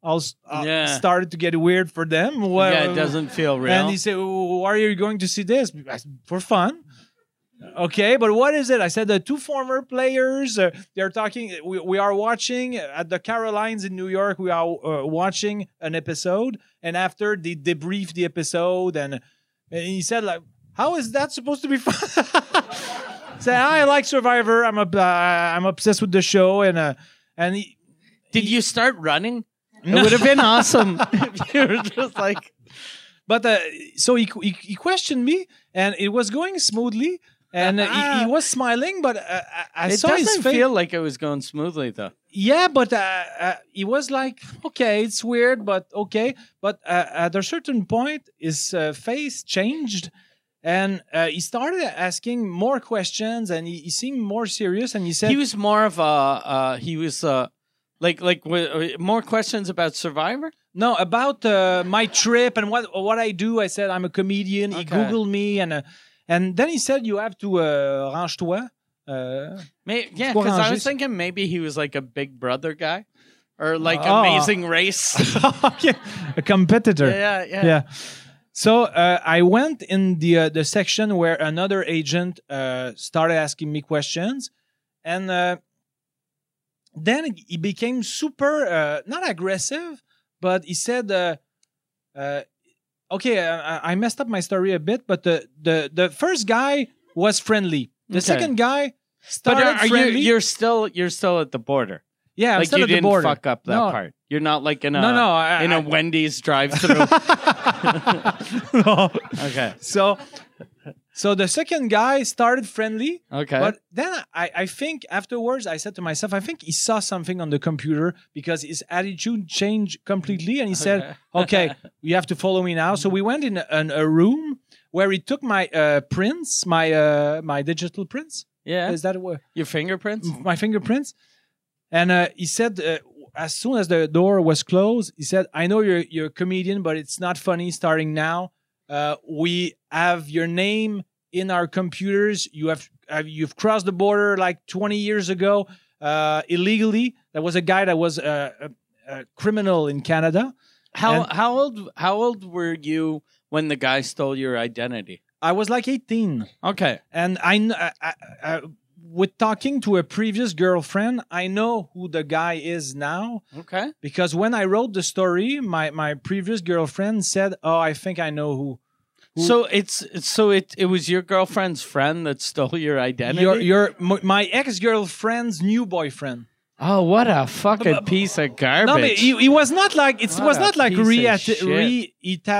S1: I'll, s- uh,
S2: Yeah.
S1: started to get weird for them. Well,
S2: yeah, it doesn't feel real.
S1: And he said, "Wh- "Why are you going to see this? I said, For fun." Okay, but what is it? I said the two former players. Uh, they're talking. We, we are watching at the Carolines in New York. We are uh, watching an episode, and after they debrief the episode, and, and he said like, "How is that supposed to be fun?" Say, I like Survivor. I'm a, uh, I'm obsessed with the show, and uh, and he-
S2: Did you start running?
S1: No.
S2: It would have been awesome if you were just like,
S1: but uh, so he, he he questioned me, and it was going smoothly, and uh, he, he was smiling, but uh, I, I
S2: Uh-huh. it
S1: saw his
S2: doesn't
S1: face.
S2: feel like it was going smoothly though.
S1: yeah, but uh, uh, he was like, okay, it's weird, but okay. But uh, at a certain point, his uh, face changed. And uh, he started asking more questions, and he, he seemed more serious. And he said,
S2: he was more of a uh, he was uh, like like w- uh, more questions about Survivor.
S1: No, about uh, my trip and what what I do. I said I'm a comedian. He
S2: Okay.
S1: googled me and uh, and then he said you have to uh, range-toi. Uh,
S2: May- yeah,
S1: Well,
S2: because
S1: no,
S2: I was
S1: just-
S2: thinking maybe he was like a Big Brother guy or like
S1: Oh.
S2: Amazing Race.
S1: okay, a competitor.
S2: yeah, yeah.
S1: yeah. So uh, I went in the uh, the section where another agent uh, started asking me questions, and uh, then he became super uh, not aggressive, but he said, uh, uh, "Okay, I, I- I messed up my story a bit, but the the the first guy was friendly. The
S2: Okay.
S1: second guy
S2: But
S1: started
S2: are, are you
S1: friendly.
S2: you're still you're still at the border?
S1: yeah, I'm
S2: like
S1: still
S2: you
S1: at the
S2: didn't
S1: border.
S2: fuck up that
S1: No.
S2: part. You're not like in a
S1: No, no, I,
S2: in a
S1: I-
S2: Wendy's drive-through.
S1: no.
S2: okay,
S1: So, so the second guy started friendly,
S2: okay.
S1: but then I, I think afterwards I said to myself, I think he saw something on the computer because his attitude changed completely, and he said, "Okay, you have to follow me now." So we went in a, an- a room where he took my uh, prints, my uh, my digital prints.
S2: yeah,
S1: Is that a word?
S2: your fingerprints.
S1: my fingerprints. And uh, he said, uh, as soon as the door was closed, he said, I know you're, you're a comedian, but it's not funny starting now. Uh, we have your name in our computers. You have, have you've crossed the border like 20 years ago uh, illegally. There was a guy that was uh, a, a criminal in Canada.
S2: How how old how old were you when the guy stole your identity?
S1: I was like 18.
S2: Okay,
S1: and I, kn- I, I, I with talking to a previous girlfriend, I know who the guy is now
S2: okay.
S1: because when I wrote the story, my my previous girlfriend said, "Oh, I think I know who." who-
S2: So it's so it it was your girlfriend's friend that stole your identity.
S1: your your m- my ex girlfriend's new boyfriend.
S2: oh, what a fucking piece of garbage!
S1: No, but he, he was not like it
S2: What
S1: was
S2: a
S1: not like
S2: piece of
S1: reati-
S2: shit.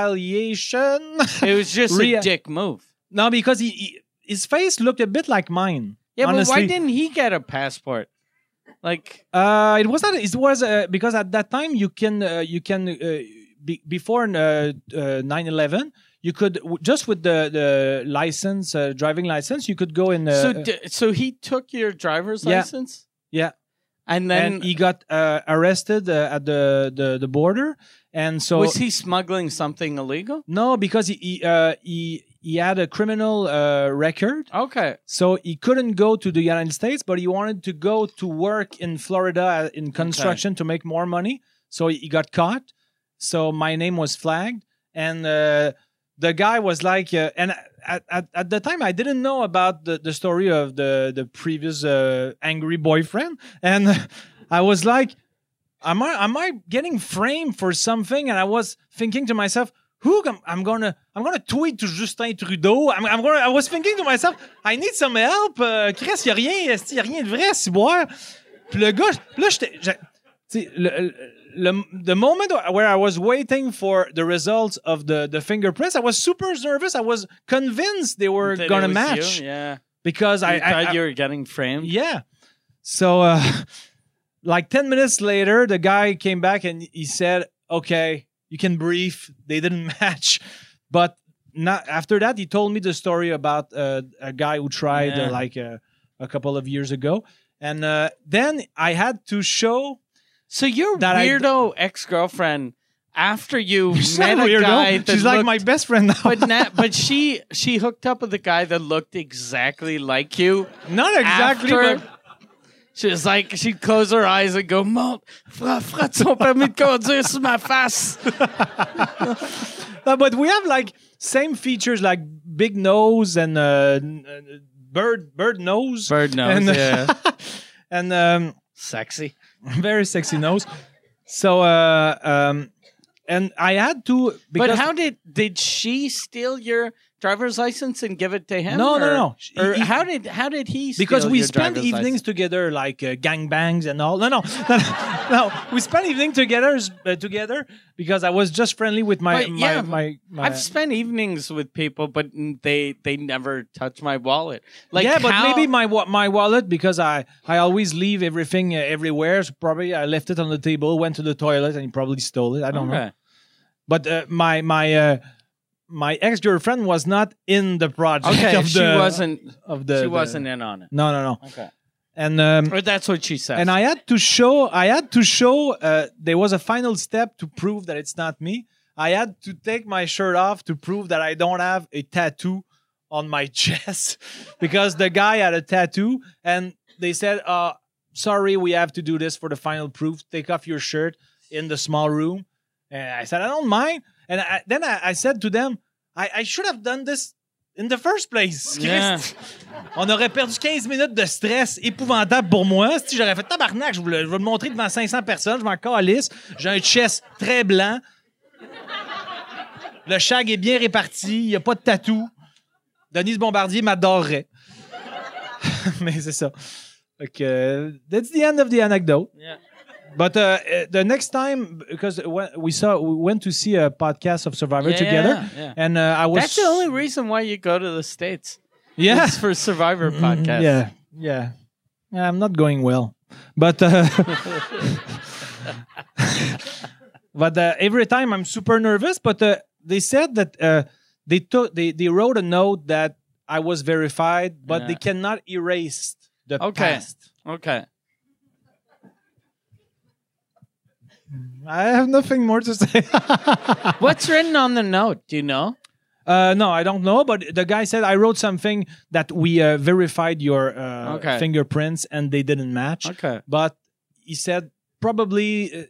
S1: re-retaliation.
S2: it was just
S1: Ria-
S2: a dick move.
S1: no, because he, he- his face looked a bit like mine.
S2: Yeah, but
S1: honestly.
S2: why didn't he get a passport? Like,
S1: Uh, it was not. It was uh, because at that time you can uh, you can uh, be, before uh, uh, 9/11 you could w- just with the the license uh, driving license you could go in. Uh,
S2: so d- so he took your driver's
S1: Yeah.
S2: license.
S1: Yeah.
S2: and then
S1: and he got uh, arrested uh, at the, the the border, and so
S2: was he smuggling something illegal?
S1: no because he he, uh, he he had a criminal uh, record.
S2: Okay,
S1: So he couldn't go to the United States, but he wanted to go to work in Florida uh, in construction to make more money. So he got caught. So my name was flagged, and uh, the guy was like, uh, and at, at, at the time I didn't know about the, the story of the the previous uh, angry boyfriend, and I was like, am I am I getting framed for something? And I was thinking to myself, who am, I'm gonna I'm gonna tweet to Justin Trudeau. I'm, I'm gonna I was thinking to myself, I need some help. Euh, Chris, y a rien, esti, y a rien de vrai, si boire. Puis le gars, là j'étais, j'a- tu sais, le, le, le- the moment where I was waiting for the results of the the fingerprints, I was super nervous. I was convinced they were
S2: That it
S1: gonna
S2: was
S1: match
S2: You? Yeah,
S1: because I,
S2: you
S1: I,
S2: thought
S1: I
S2: you were getting framed.
S1: yeah. So, uh, like 10 minutes later, the guy came back and he said, Okay, you can brief. They didn't match. But not, after that, he told me the story about uh, a guy who tried uh,
S2: Yeah.
S1: like uh, a couple of years ago. And uh, then I had to show.
S2: So your
S1: That I d-
S2: weirdo ex girlfriend, after you
S1: She's
S2: met
S1: not
S2: a
S1: weird,
S2: guy,
S1: no?
S2: that
S1: She's like
S2: looked-
S1: my best friend now.
S2: but na- but she she hooked up with a guy that looked exactly like you.
S1: not exactly.
S2: After,
S1: but-
S2: she was like she'd close her eyes and go, "Monte, fra- frappe son permis de conduire sur ma face."
S1: Uh, but we have like same features like big nose and uh, n- uh, bird bird nose
S2: Bird nose,
S1: and, uh,
S2: yeah.
S1: and um,
S2: Sexy.
S1: very sexy nose so uh, um, and i had to
S2: But
S1: because
S2: how did did she steal your? driver's license and give it to him?
S1: No, no,
S2: or-
S1: no.
S2: Or
S1: He-
S2: how did how did he?
S1: because
S2: steal
S1: we
S2: your
S1: spend
S2: driver's
S1: evenings
S2: license?
S1: together like uh, gangbangs and all no no no, no, no. we spend evening together uh, together because i was just friendly with my
S2: But,
S1: my,
S2: yeah,
S1: my, my
S2: I've spent evenings with people, but n- they they never touch my wallet. Like
S1: yeah but
S2: how-
S1: maybe my wa- my wallet because i i always leave everything uh, everywhere so probably i left it on the table went to the toilet and he probably stole it i don't know
S2: Okay.
S1: but uh, my my uh, my ex-girlfriend was not in the project
S2: Okay,
S1: of
S2: she
S1: the
S2: wasn't.
S1: of the
S2: she
S1: the-
S2: wasn't in on it.
S1: no no no
S2: Okay,
S1: and um
S2: or that's what she said.
S1: and I had to show I had to show uh, there was a final step to prove that it's not me. I had to take my shirt off to prove that I don't have a tattoo on my chest because the guy had a tattoo and they said uh sorry we have to do this for the final proof take off your shirt in the small room and I said I don't mind and I, then I, I said to them I, I should have done this in the first place
S2: Yeah.
S1: Christ. On aurait perdu 15 minutes de stress épouvantable pour moi. Si j'aurais fait tabarnak, je, voulais- je vais le montrer devant 500 personnes, je m'en calisse. J'ai un chest très blanc. Le shag est bien réparti, il n'y a pas de tatou. Denise Bombardier m'adorerait. Mais c'est ça. Donc, that's the end of the anecdote.
S2: Yeah.
S1: But uh, uh, the next time, because when we saw, we went to see a podcast of Survivor
S2: Yeah,
S1: together,
S2: yeah, yeah.
S1: and uh, I was
S2: That's the only reason why you go to the states.
S1: yeah.
S2: It's for Survivor podcast.
S1: Yeah, yeah. Yeah, I'm not going well, but uh, but uh, every time I'm super nervous. But uh, they said that uh, they took they, they wrote a note that I was verified, but they
S2: Yeah.
S1: cannot erase the
S2: Okay.
S1: past.
S2: Okay.
S1: I have nothing more to say.
S2: What's written on the note? Do you know?
S1: uh, no, I don't know. But the guy said I wrote something that we uh, verified your uh,
S2: Okay.
S1: fingerprints, and they didn't match.
S2: Okay.
S1: but he said probably uh, uh,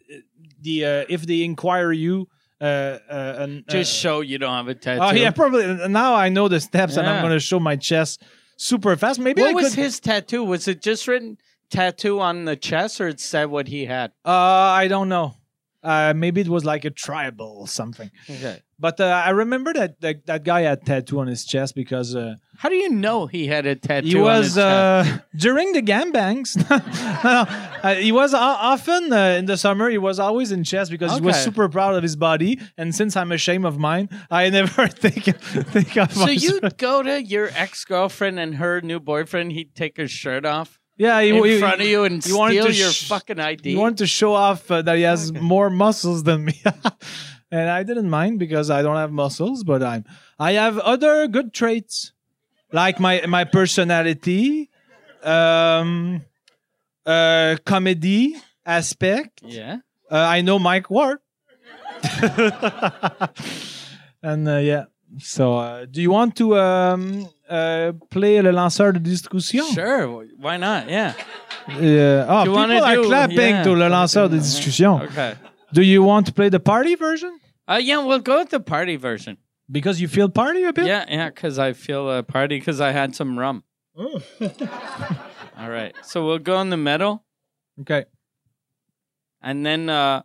S1: the uh, if they inquire you uh, uh, an, uh,
S2: Just show you don't have a tattoo.
S1: oh yeah probably and now i know the steps and i'm
S2: Yeah.
S1: gonna show my chest super fast maybe
S2: What
S1: i
S2: was
S1: could
S2: his tattoo? Was it just written tattoo on the chest, or it said what he had?
S1: uh i don't know uh maybe it was like a tribal or something
S2: Okay.
S1: but uh, i remember that, that that guy had tattoo on his chest because uh,
S2: How do you know he had a tattoo?
S1: he
S2: on
S1: was
S2: his chest?
S1: uh, during the gambangs. no, uh, he was o- often uh, in the summer. He was always in chess because he was
S2: Okay.
S1: super proud of his body. And since I'm ashamed of mine, I never think think of.
S2: So
S1: my-
S2: you'd go to your ex girlfriend and her new boyfriend. He'd take his shirt off
S1: yeah, he,
S2: in
S1: he-
S2: front of you and
S1: he
S2: steal
S1: wanted to
S2: your
S1: sh-
S2: fucking ID.
S1: He wanted to show off uh, that he has more muscles than me. and I didn't mind because I don't have muscles, but I'm I have other good traits like my my personality, um, uh, comedy aspect.
S2: yeah.
S1: Uh, I know Mike Ward. and uh, yeah. So, uh, do you want to um, uh, play le lanceur de discussion?
S2: Oh. Sure. Why not? Yeah.
S1: Uh, oh,
S2: Do
S1: people
S2: you wanna
S1: are
S2: do-
S1: clapping
S2: yeah.
S1: to le lanceur de discussion.
S2: Okay.
S1: Do you want to play the party version?
S2: Uh, yeah, we'll go with the party version.
S1: Because you feel party a bit?
S2: Yeah, yeah, because I feel a party because I had some rum.
S1: Mm.
S2: All right, so we'll go in the middle,
S1: Okay.
S2: and then uh,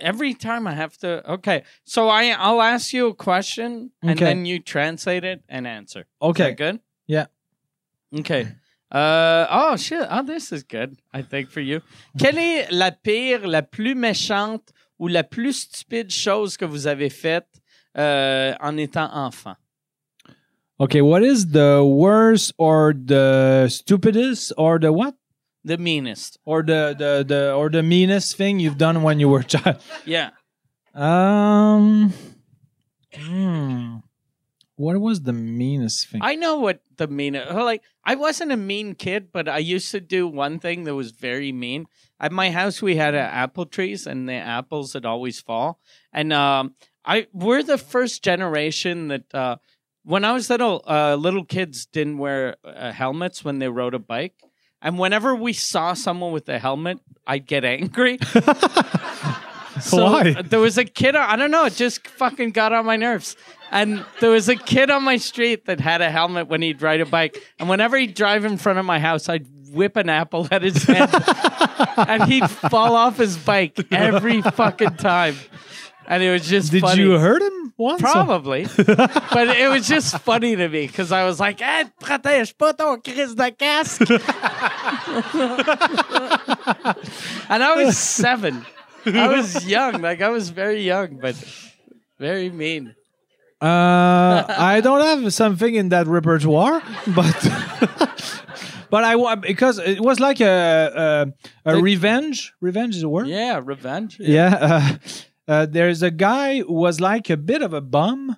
S2: every time I have to. Okay, so I I'll ask you a question, and
S1: Okay.
S2: then you translate it and answer. Is
S1: Okay.
S2: that good?
S1: Yeah.
S2: Okay. Euh, oh shit. Oh, this is good. I think for you. Quelle est la pire, la plus méchante ou la plus stupide chose que vous avez faite euh, en étant enfant?
S1: Okay. What is the worst or the stupidest or the what?
S2: The meanest.
S1: Or the, the, the or the meanest thing you've done when you were a child?
S2: Yeah.
S1: Um. hmm. What was the meanest thing?
S2: I know what the mean. uh, Like I wasn't a mean kid, but I used to do one thing that was very mean. At my house, we had uh, apple trees, and the apples would always fall. And um, I we're the first generation that uh, when I was little, uh, little kids didn't wear uh, helmets when they rode a bike. And whenever we saw someone with a helmet, I'd get angry. So
S1: Why?
S2: uh, there was a kid. On, I don't know. It just fucking got on my nerves. And there was a kid on my street that had a helmet when he'd ride a bike. And whenever he'd drive in front of my house, I'd whip an apple at his head, and he'd fall off his bike every fucking time. And it was just
S1: Did
S2: funny.
S1: you hurt him? once? or-
S2: Probably. but it was just funny to me because I was like, eh, protège pas ton crise de casque. and I was seven. I was young. Like, I was very young, but very mean.
S1: Uh, I don't have something in that repertoire, but but I wa- because it was like a a, a revenge. Revenge is a word.
S2: Yeah, revenge.
S1: yeah uh, uh, there's a guy who was like a bit of a bum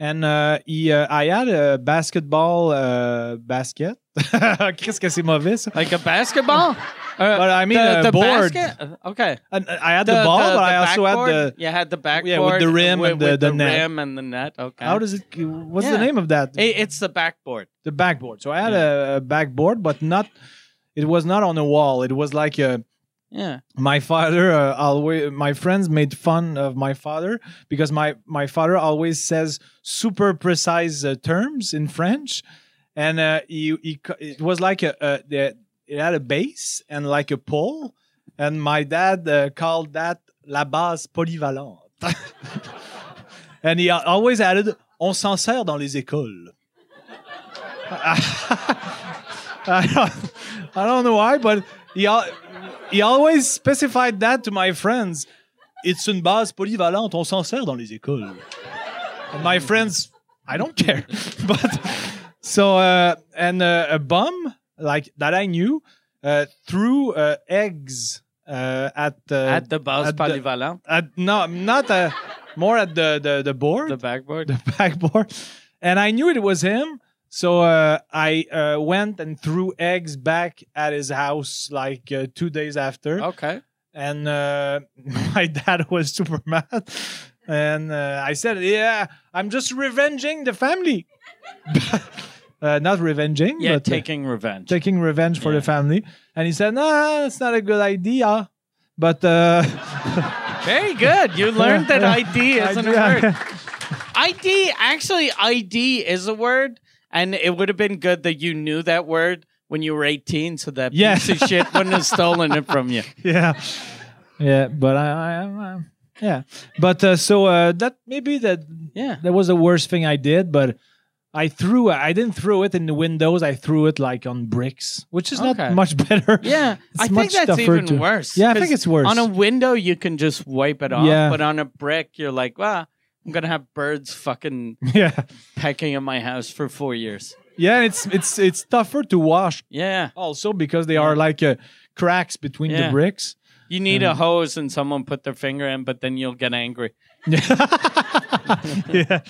S1: and uh, he, uh, I had a basketball uh, basket. Qu'est-ce que c'est mauvais ça?
S2: Like a basketball? Uh,
S1: But I mean
S2: the,
S1: a
S2: the
S1: board.
S2: basket? Okay.
S1: And uh, I had the, ball, but I also had
S2: backboard?
S1: the.
S2: You had the backboard.
S1: Yeah, with the rim
S2: with-
S1: and the-
S2: with
S1: the net.
S2: rim and the net. Okay.
S1: How does it? What's
S2: Yeah.
S1: the name of that?
S2: It- it's the backboard.
S1: the backboard. So I had a, a backboard, but not. It was not on a wall. It was like a.
S2: Yeah.
S1: my father uh, always my friends made fun of my father because my my father always says super precise uh, terms in french and uh, he, he co- it was like a, a the, it had a base and like a pole and my dad uh, called that la base polyvalente and he al- always added on s'en sert dans les écoles I don't, I don't know why, but he, al- he always specified that to my friends. It's une base polyvalente, on s'en sert dans les écoles. And my friends, I don't care. but so, uh, and uh, a bum, like that I knew, uh, threw uh, eggs uh, at the.
S2: At the base
S1: at the-
S2: polyvalent.
S1: at- no, not uh, more at the, the, the board
S2: The backboard.
S1: the backboard, and I knew it was him. So uh, I uh, went and threw eggs back at his house like uh, two days after,
S2: Okay.
S1: and uh, my dad was super mad. And uh, I said, "Yeah, I'm just revenging the family, uh, not revenging,
S2: Yeah,
S1: but, uh,
S2: taking revenge.
S1: taking revenge for
S2: Yeah.
S1: the family." And he said, "Nah, it's not a good idea." But uh,
S2: Very good. You learned that ID isn't a word.
S1: idea-
S2: ID, actually, ID is a word, and it would have been good that you knew that word when you were 18 so that
S1: Yeah.
S2: piece of shit wouldn't have stolen it from you.
S1: yeah, yeah. But I, I, I yeah. But uh, so uh, that maybe that
S2: Yeah.
S1: that was the worst thing I did. But I threw. I didn't throw it in the windows. I threw it like on bricks, which is
S2: Okay.
S1: not much better.
S2: Yeah.
S1: It's
S2: I think
S1: much
S2: that's
S1: tougher
S2: even
S1: to-
S2: worse.
S1: Yeah, I
S2: 'cause
S1: think it's worse.
S2: On a window, you can just wipe it off,
S1: Yeah.
S2: but on a brick, you're like, well, I'm going to have birds fucking
S1: yeah,
S2: pecking at my house for four years.
S1: yeah. and It's it's it's tougher to wash
S2: Yeah.
S1: also because they are like uh, cracks between
S2: Yeah.
S1: the bricks.
S2: You need a hose and someone put their finger in, but then you'll get angry.
S1: yeah.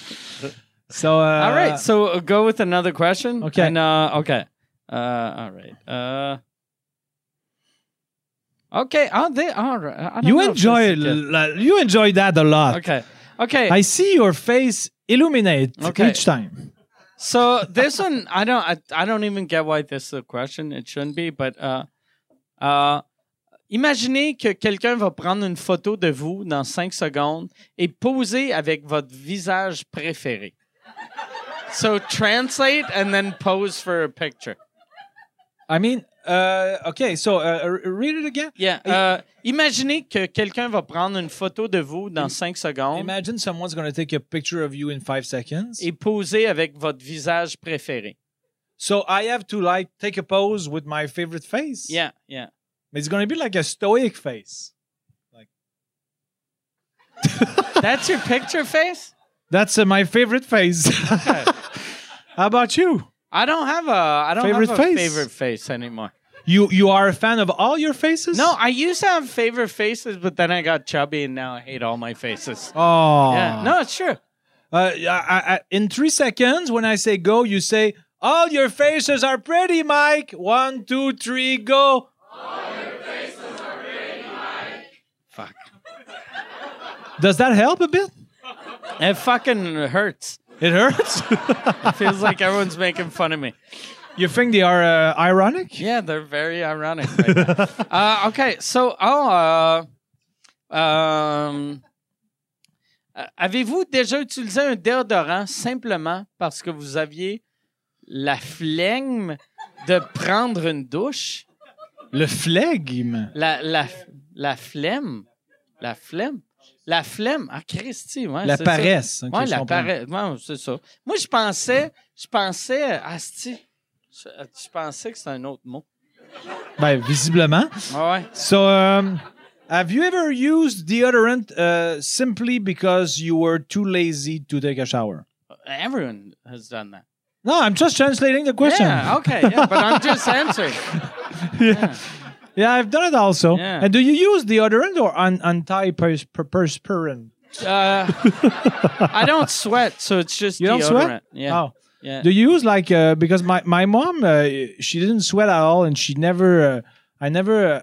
S1: So uh,
S2: all right, so uh, go with another question.
S1: Okay.
S2: And, uh, okay. Uh, all right. Uh, okay. Oh, they are. I don't
S1: you
S2: know if
S1: enjoy
S2: this is
S1: la- you enjoy that a lot.
S2: good. Okay. Okay.
S1: I see your face illuminate
S2: Okay.
S1: each time.
S2: so this one, I don't. I, I don't even get why this is a question. It shouldn't be, but. Uh, uh, Imaginez que quelqu'un va prendre une photo de vous dans 5 secondes et poser avec votre visage préféré. So translate and then pose for a picture.
S1: I mean, uh, okay, so uh, r- read it again.
S2: Yeah. euh, imaginez que quelqu'un va prendre une photo de vous dans 5 secondes
S1: Imagine someone's going to take a picture of you in five seconds.
S2: et poser avec votre visage préféré.
S1: So I have to like take a pose with my favorite face.
S2: Yeah, yeah.
S1: It's going to be like a stoic face.
S2: That's your picture face?
S1: That's uh, my favorite face. How about you?
S2: I don't have a I don't
S1: Favorite
S2: have a
S1: face?
S2: favorite face anymore.
S1: You you are a fan of all your faces?
S2: No, I used to have favorite faces, but then I got chubby and now I hate all my faces.
S1: Oh.
S2: Yeah. No, it's true.
S1: Uh, I, I, I- in three seconds, when I say go, you say, All your faces are pretty, Mike. One, two, three, go.
S2: Fuck.
S1: Does that help a bit?
S2: It fucking hurts.
S1: It hurts.
S2: It feels like everyone's making fun of me.
S1: you think they are uh, ironic?
S2: Yeah, they're very ironic. Right now. uh, okay, so oh, euh, euh, avez-vous déjà utilisé un déodorant simplement parce que vous aviez la flegme de prendre une douche?
S1: Le flegme.
S2: La la la flemme, la flemme, La flemme, ah Christy, ouais,
S1: La
S2: c'est ça.
S1: paresse. ok,
S2: ouais,
S1: je
S2: la
S1: comprends.
S2: paresse. Ouais, c'est ça. Moi, je pensais, je pensais, asti, je, je pensais que c'était un autre mot.
S1: Ben, visiblement.
S2: Ah ouais.
S1: So, um, have you ever used deodorant uh, simply because you were too lazy to take a shower?
S2: Everyone has done that.
S1: No, I'm just translating the question.
S2: Yeah, okay, yeah, but I'm just answering.
S1: Yeah, I've done it also.
S2: Yeah.
S1: And do you use deodorant or an antiperspirant?
S2: Uh, I don't sweat, so it's just
S1: You
S2: deodorant.
S1: don't sweat?
S2: Yeah.
S1: Oh.
S2: yeah.
S1: Do you use like uh, because my my mom uh, she didn't sweat at all and she never uh, I never uh,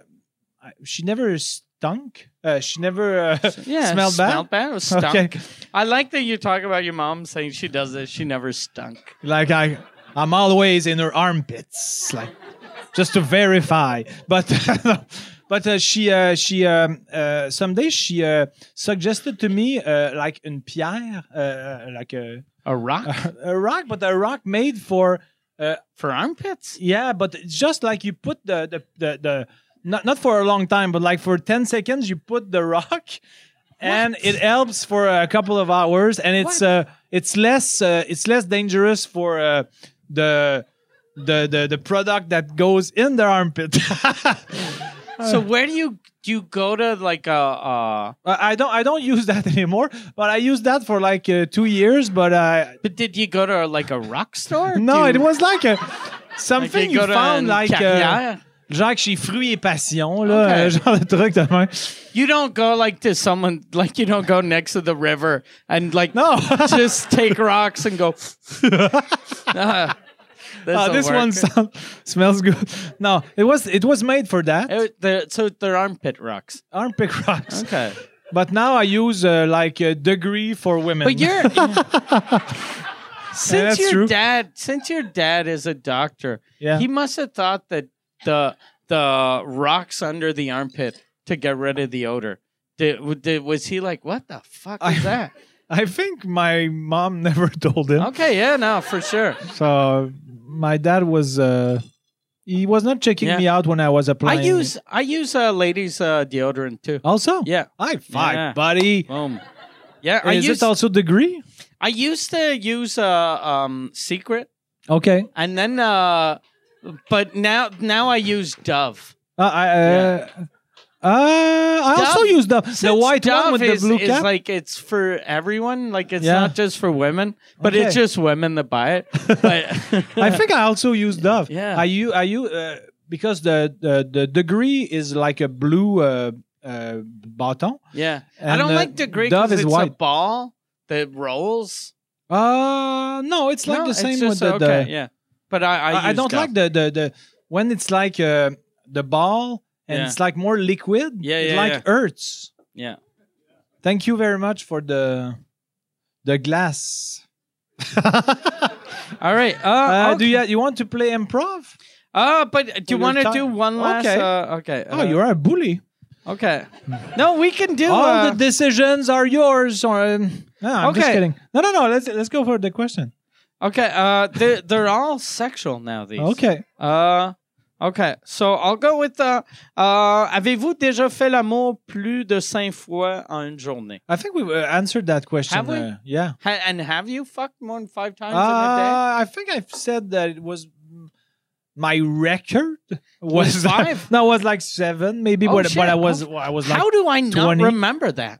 S1: I- she never stunk. Uh, she never uh,
S2: yeah,
S1: smelled bad.
S2: Smelled bad or stunk.
S1: Okay.
S2: I like that you talk about your mom saying she does this. She never stunk.
S1: Like I I'm always in her armpits like just to verify. But but uh, she uh, she um, uh, someday she uh, suggested to me uh, like une pierre uh, like a
S2: A rock
S1: a rock but a rock made for uh,
S2: for armpits?
S1: Yeah, but it's just like you put the the the, the not not for a long time, but like for ten seconds, you put the rock, and it helps for a couple of hours, and it's uh it's less uh, it's less dangerous for uh, the. The, the the product that goes in the armpit. I Uh.
S2: so where do you do you go to like a uh,
S1: I don't I don't use that anymore, but I used that for like uh, two years. But I
S2: but did you go to like a rock store?
S1: no,
S2: Do you-
S1: it was like a
S2: like,
S1: something
S2: go
S1: you
S2: to
S1: found
S2: une
S1: like uh,
S2: carrière?
S1: genre chez Fruits et Passion là,
S2: Okay.
S1: euh, genre de truc de même.
S2: You don't go like to someone like you don't go next to the river and like
S1: No.
S2: just take rocks and go. uh,
S1: Oh, this one sound, smells good. No, it was it was made for that
S2: so they're armpit rocks.
S1: armpit rocks.
S2: Okay,
S1: But now I use uh, like a degree for women.
S2: but you're
S1: Yeah,
S2: since
S1: that's
S2: your
S1: true.
S2: dad since your dad is a doctor,
S1: Yeah.
S2: he must have thought that the the rocks under the armpit to get rid of the odor. Did, did, was he like, what the fuck is that?
S1: I think my mom never told him.
S2: okay, yeah, no, for sure.
S1: So my dad was uh, he was not checking
S2: Yeah.
S1: me out when I was applying.
S2: I use I use uh, ladies uh, deodorant too.
S1: also.
S2: Yeah.
S1: High five,
S2: Yeah.
S1: buddy.
S2: Boom. Yeah, I
S1: Is
S2: used,
S1: it also degree?
S2: I used to use uh, um, Secret,
S1: Okay.
S2: and then, uh, but now now I use Dove.
S1: Uh, I. Uh, uh, I also
S2: Dove-
S1: use the the
S2: Since
S1: white
S2: Dove
S1: one with
S2: is,
S1: the blue
S2: is
S1: cap.
S2: like it's for everyone. Like it's
S1: Yeah.
S2: not just for women, but
S1: Okay.
S2: it's just women that buy it. But
S1: I think I also use Dove.
S2: Yeah.
S1: Are you? Are you? Uh, because the, the the degree is like a blue uh, uh, button.
S2: yeah, I
S1: And,
S2: don't
S1: uh,
S2: like degree
S1: Dove
S2: because
S1: is
S2: it's a
S1: white.
S2: ball that rolls.
S1: Uh no, it's like
S2: No,
S1: the
S2: it's
S1: same with
S2: just-
S1: the.
S2: okay,
S1: the
S2: yeah. But I I,
S1: I, I
S2: use
S1: don't
S2: Dove.
S1: like the, the the when it's like uh, the ball and
S2: Yeah.
S1: it's like more liquid.
S2: Yeah,
S1: it
S2: yeah,
S1: like
S2: yeah.
S1: hurts.
S2: yeah.
S1: Thank you very much for the the glass.
S2: All right. Uh,
S1: Uh,
S2: okay.
S1: Do you you want to play improv?
S2: Oh, but do you
S1: your
S2: want to
S1: time.
S2: do one last?
S1: Okay.
S2: Uh, okay.
S1: Oh,
S2: uh,
S1: you are a bully.
S2: okay. No, we can do.
S1: All
S2: uh,
S1: the decisions are yours. Or um, no, I'm just
S2: Okay.
S1: kidding. No, no, no. Let's let's go for the question.
S2: okay. Uh, they're they're all sexual now. These.
S1: Okay.
S2: Uh, okay. So I'll go with. Uh, uh, avez-vous déjà fait l'amour plus de cinq fois en une journée?
S1: I think we've uh, answered that question.
S2: Have we?
S1: uh, yeah.
S2: Ha- and have you fucked more than five times in a day?
S1: Uh, I think I've said that it was my record was
S2: five?
S1: no, it was like seven maybe,
S2: Oh,
S1: but,
S2: shit.
S1: but I was I was like
S2: How do I not
S1: 20?
S2: remember that?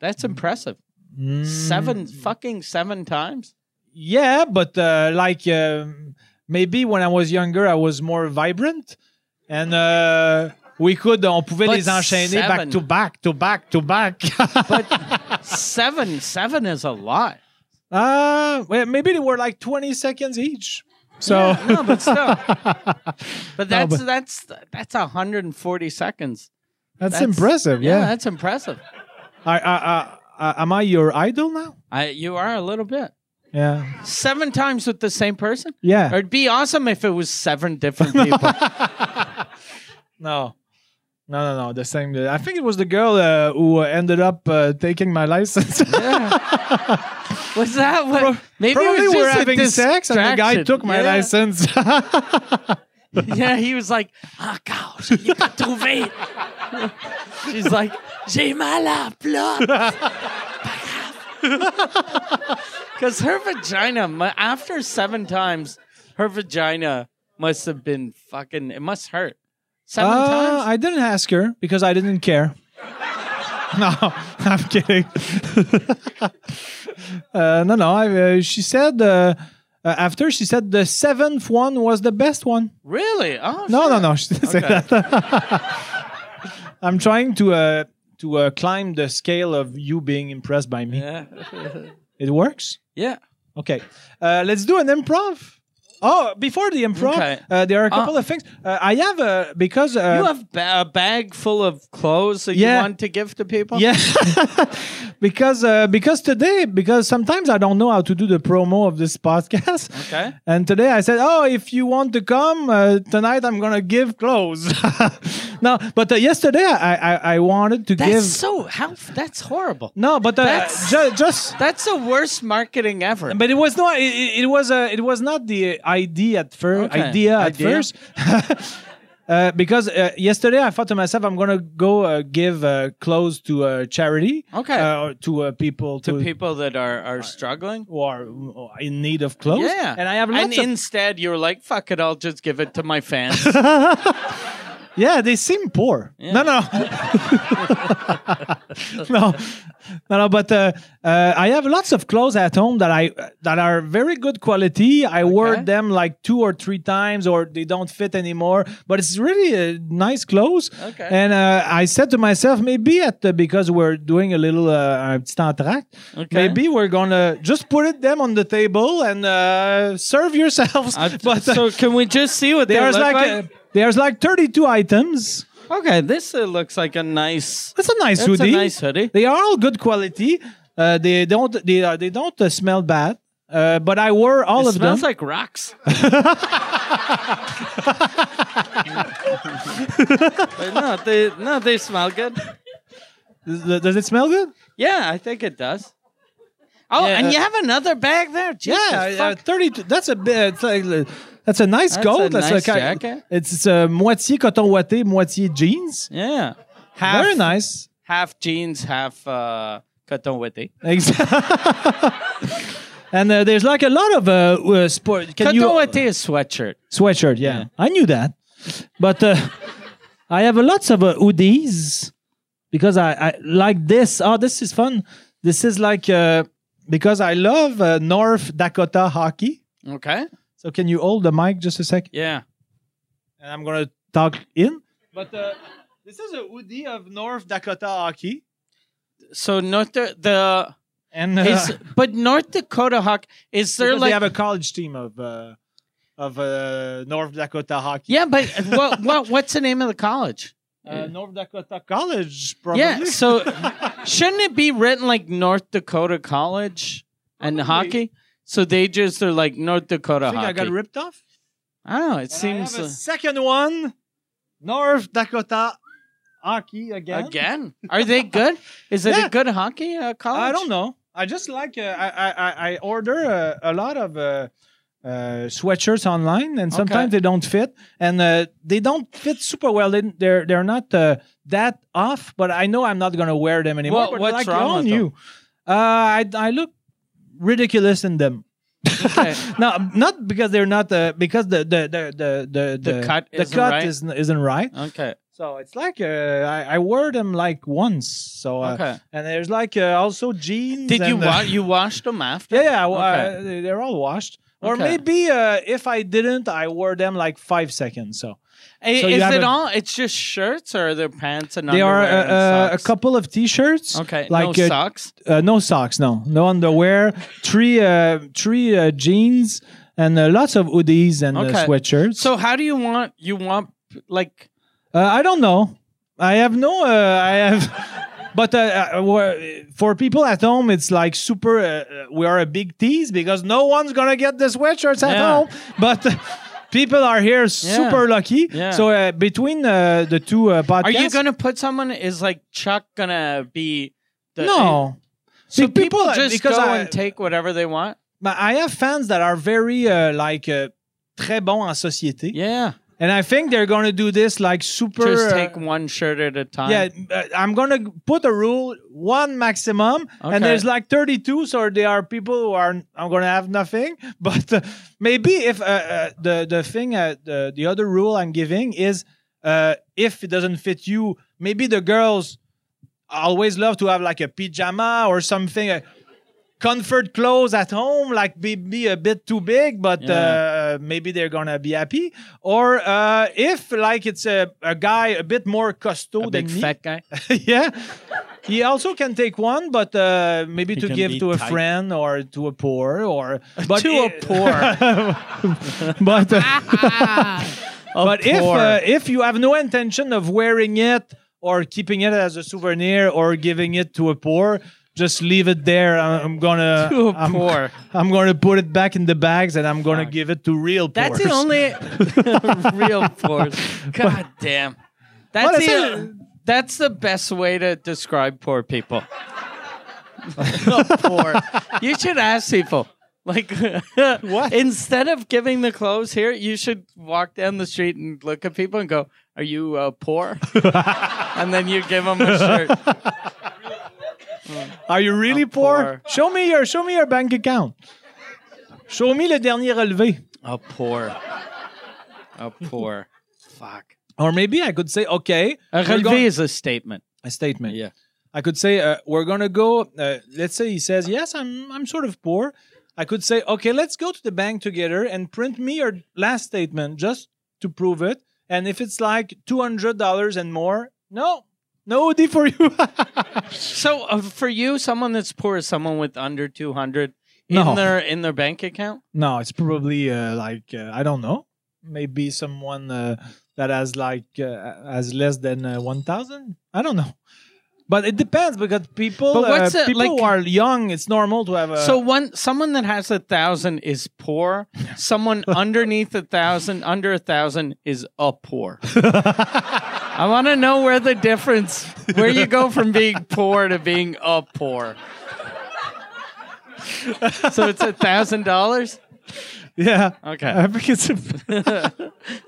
S2: That's impressive.
S1: mm,
S2: Seven fucking seven times.
S1: Yeah, but uh, like um, maybe when I was younger, I was more vibrant, and uh, we could on pouvait
S2: But
S1: les enchaîner
S2: seven.
S1: back to back to back to back.
S2: seven, seven is a lot.
S1: Uh, well, maybe they were like 20 seconds each. So,
S2: Yeah, no, but still. But that's
S1: but-
S2: that's that's 140 seconds.
S1: that's, impressive.
S2: Yeah,
S1: Yeah.
S2: that's impressive.
S1: I, I, I, I, am I your idol now?
S2: I, you are a little bit.
S1: Yeah.
S2: Seven times with the same person?
S1: Yeah.
S2: It'd be awesome if it was seven different people.
S1: No. No, no, no. The same. I think it was the girl uh, who ended up uh, taking my license.
S2: was that what? Maybe it
S1: Probably
S2: was
S1: we're
S2: just a
S1: having sex and the guy
S2: distraction.
S1: took my
S2: Yeah.
S1: license.
S2: yeah, he was like, "Ah, encore, je l'ai pas trouvé. She's like, j'ai mal à plat. Because her vagina, mu- after seven times, her vagina must have been fucking, it must hurt. Seven
S1: Uh,
S2: times?
S1: I didn't ask her because I didn't care. no, I'm kidding. uh, no, no. I, uh, she said uh, uh, after she said the seventh one was the best one.
S2: Really? Oh,
S1: No,
S2: shit.
S1: no, no. She didn't
S2: Okay.
S1: say that. I'm trying to uh, to uh, climb the scale of you being impressed by me.
S2: Yeah.
S1: It works.
S2: Yeah.
S1: Okay, uh, let's do an improv. Oh, before the improv,
S2: Okay.
S1: uh, there are a
S2: Ah.
S1: couple of things. Uh, I have uh, because uh,
S2: You have ba- a bag full of clothes that
S1: Yeah.
S2: you want to give to people?
S1: Yeah, because uh, because today because sometimes I don't know how to do the promo of this podcast.
S2: Okay.
S1: And today I said, oh, if you want to come uh, tonight, I'm gonna give clothes. no, but uh, yesterday I, I I wanted to
S2: That's
S1: give
S2: so, how, that's horrible.
S1: no, but uh,
S2: That's-
S1: ju- just
S2: That's the worst marketing ever.
S1: but it was not it, it- it was uh, it was not the idea at first
S2: Okay.
S1: idea at
S2: Idea.
S1: first. Uh, because uh, yesterday I thought to myself, I'm gonna go uh, give uh, clothes to uh, charity,
S2: Okay.
S1: uh, or to uh, people
S2: to people that are, are struggling.
S1: who are who are in need of clothes.
S2: Yeah.
S1: And I have
S2: And
S1: lots of,
S2: instead, you were like, fuck it, I'll just give it to my fans.
S1: Yeah, they seem poor. No, no. no. No, no, but uh, uh, I have lots of clothes at home that I that are very good quality. I wear
S2: Okay.
S1: them like two or three times, or they don't fit anymore. But it's really uh, nice clothes.
S2: Okay.
S1: And uh, I said to myself, maybe at the, because we're doing a little uh, un petit entracte,
S2: Okay.
S1: maybe we're gonna just put them on the table and uh, serve yourselves. but uh,
S2: so can we just see what they
S1: there's
S2: look
S1: like,
S2: like?
S1: uh, there's like 32 items.
S2: okay, this uh, looks like a nice.
S1: That's a nice
S2: That's
S1: hoodie.
S2: a nice hoodie.
S1: They are all good quality. Uh, they don't they, uh, they don't uh, smell bad. Uh, but I wore all
S2: it
S1: of
S2: smells
S1: them.
S2: like rocks. But no, they no, they smell good.
S1: Does- Does it smell good?
S2: Yeah, I think it does. Oh,
S1: Yeah,
S2: and
S1: uh,
S2: you have another bag there. Jesus,
S1: yeah, uh,
S2: fuck.
S1: thirty-two. That's a bit. It's like, uh, that's a nice
S2: That's
S1: coat.
S2: a nice
S1: ki-
S2: jacket.
S1: It's, it's uh, moitié coton ouaté, moitié jeans.
S2: yeah. Half,
S1: Very nice.
S2: half jeans, half uh, coton witty.
S1: Ex- and uh, there's like a lot of uh, uh, sport. Can
S2: Coton
S1: you
S2: witty is sweatshirt.
S1: sweatshirt? Yeah, I knew that. But uh, I have a lots of uh, hoodies because I, I like this. Oh, this is fun. This is like uh, because I love uh, North Dakota hockey.
S2: Okay.
S1: So can you hold the mic just a sec?
S2: Yeah.
S1: And I'm gonna talk in. But uh, this is a hoodie of North Dakota hockey.
S2: So North Da- the
S1: And uh,
S2: is, but North Dakota Hawk is there
S1: because they
S2: like
S1: have a college team of uh, of uh, North Dakota hockey.
S2: yeah? But what what what's the name of the college?
S1: Uh, North Dakota College, probably.
S2: Yeah. So shouldn't it be written like North Dakota College and hockey? So they just are like North Dakota
S1: I think I
S2: hockey.
S1: got ripped off.
S2: I don't know. It
S1: And I have
S2: seems
S1: a
S2: uh,
S1: second one, North Dakota hockey again.
S2: again. Are they good? Is it
S1: Yeah.
S2: a good hockey uh, college?
S1: I don't know. I just like uh, I, I I- I order uh, a lot of uh, uh, sweatshirts online, and sometimes they don't fit, and uh, they don't fit super well. They, they're they're not uh, that off, but I know I'm not gonna wear them anymore.
S2: Well,
S1: but
S2: what's
S1: like
S2: wrong
S1: on
S2: with
S1: you? Uh, I I look ridiculous in them.
S2: Okay.
S1: No, not because they're not uh, because the the the the the,
S2: The cut
S1: the
S2: isn't
S1: cut
S2: right?
S1: isn't isn't right.
S2: okay.
S1: So it's like uh, I, I wore them like once. So uh,
S2: Okay.
S1: and there's like uh, also jeans.
S2: Did you
S1: and, uh,
S2: wa- you washed them after?
S1: yeah, yeah. I wa-
S2: Okay.
S1: uh, they- they're all washed. Or
S2: Okay.
S1: maybe uh, if I didn't, I wore them like five seconds. So
S2: I-
S1: So you
S2: is
S1: have
S2: it
S1: a-
S2: all? It's just shirts, or are there pants and
S1: they are
S2: underwear and
S1: uh, uh, a
S2: socks?
S1: couple of t-shirts.
S2: Okay,
S1: like
S2: no
S1: uh,
S2: socks.
S1: uh, no socks, no, no underwear, three uh, three uh, jeans, and uh, lots of hoodies and uh,
S2: Okay.
S1: sweatshirts.
S2: So how do you want? You want like
S1: Uh, I don't know. I have no. Uh, I have. But uh, uh, we're- for people at home, it's like super. Uh, uh, we are a big tease because no one's gonna get the sweatshirts at
S2: Yeah.
S1: home. But people are here, super lucky.
S2: Yeah.
S1: So uh, between uh, the two uh, podcasts,
S2: Are you gonna put someone? Is like Chuck gonna be? The,
S1: no?
S2: uh, So
S1: Be-
S2: people, just go
S1: because I,
S2: and take whatever they want.
S1: I have fans that are very uh, like uh, très bons en société.
S2: Yeah.
S1: And I think they're gonna do this like super.
S2: Just
S1: uh,
S2: take one shirt at a time.
S1: yeah, uh, I'm gonna put a rule one maximum,
S2: Okay.
S1: and there's like 32, so there are people who are I'm gonna have nothing. But uh, maybe if uh, uh, the the thing, uh, the the other rule I'm giving is uh, if it doesn't fit you, maybe the girls always love to have like a pajama or something. uh, Comfort clothes at home, like be, be a bit too big, but uh, maybe they're gonna be happy. Or uh, if like it's a, a guy a bit more costaud
S2: a
S1: than
S2: big
S1: me,
S2: fat guy.
S1: yeah. He also can take one, but uh, maybe to
S3: can
S1: give
S3: be
S1: to a
S3: tight.
S1: friend or to a poor or but
S2: To a
S1: poor. but uh, but if
S2: poor.
S1: uh, if you have no intention of wearing it or keeping it as a souvenir or giving it to a poor, just leave it there. I- I'm gonna
S2: To a
S1: I'm,
S2: poor.
S1: I'm gonna put it back in the bags and I'm gonna give it to real.
S2: That's
S1: poors.
S2: the only real force. God damn. That's
S1: Well, that's
S2: the, uh, that's the best way to describe poor people. poor. You should ask people. Like what? Instead of giving the clothes here, you should walk down the street and look at people and go, "Are you uh, poor?" and then you give them a shirt.
S1: Are you really
S2: I'm
S1: poor?
S2: poor.
S1: Show me your show me your bank account. Show me le dernier relevé.
S2: A poor. A poor. Fuck.
S1: Or maybe I could say, okay,
S2: A
S1: we're
S2: relevé
S1: go-
S2: is a statement.
S1: a statement.
S2: Yeah.
S1: I could say, uh, we're gonna go. Uh, let's say he says, yes, I'm I'm sort of poor. I could say, okay, let's go to the bank together and print me your last statement just to prove it. And if it's like two hundred dollars and more, no, no OD for you.
S2: So uh, for you, someone that's poor is someone with under two hundred
S1: No.
S2: in their in their bank account.
S1: no, it's probably uh, like uh, I don't know, maybe someone uh, that has like uh, has less than uh, one thousand. I don't know. But it depends because people,
S2: But what's
S1: uh,
S2: it,
S1: people
S2: like-
S1: who are young, it's normal to have a.
S2: so one someone that has a thousand is poor. Someone underneath a thousand, under a thousand is a poor. I want to know where the difference, where you go from being poor to being a poor. so it's a thousand dollars.
S1: yeah,
S2: Okay.
S1: I think it's.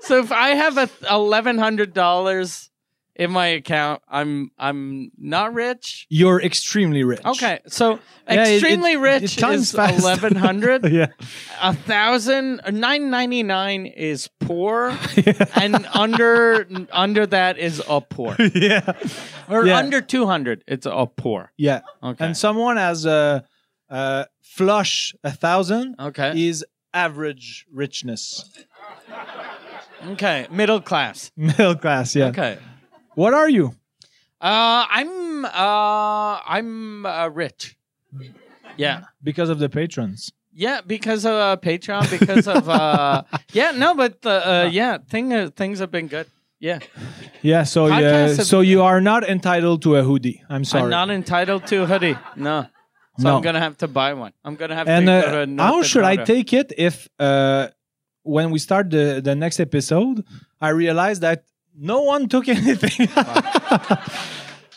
S2: so if I have a eleven hundred dollars in my account, I'm I'm not rich.
S1: You're extremely rich.
S2: Okay, so
S1: Yeah, it- it-
S2: extremely
S1: it
S2: rich
S1: times
S2: is
S1: fast.
S2: eleven hundred.
S1: Yeah.
S2: A thousand nine ninety nine is poor, and under under that is a poor,
S1: Yeah.
S2: or
S1: Yeah.
S2: under two hundred it's a poor.
S1: Yeah.
S2: Okay,
S1: And someone has a, uh flush a thousand
S2: okay,
S1: is average richness,
S2: okay, middle class.
S1: middle class. Yeah.
S2: Okay,
S1: What are you?
S2: uh, I'm uh, I'm uh, rich. Yeah.
S1: Because of the patrons.
S2: Yeah, because of uh, Patreon, because of uh, yeah, no, but uh, uh, yeah, thing uh, things have been good. Yeah,
S1: Yeah. So
S2: Podcasts
S1: yeah.
S2: have-
S1: So you are not entitled to a hoodie. I'm sorry.
S2: I'm not entitled to a hoodie. No, so
S1: No.
S2: I'm gonna have to buy one. I'm gonna have
S1: and
S2: to go to
S1: uh,
S2: North
S1: how should I
S2: Dakota.
S1: take it if uh, when we start the, the next episode, I realize that no one took anything?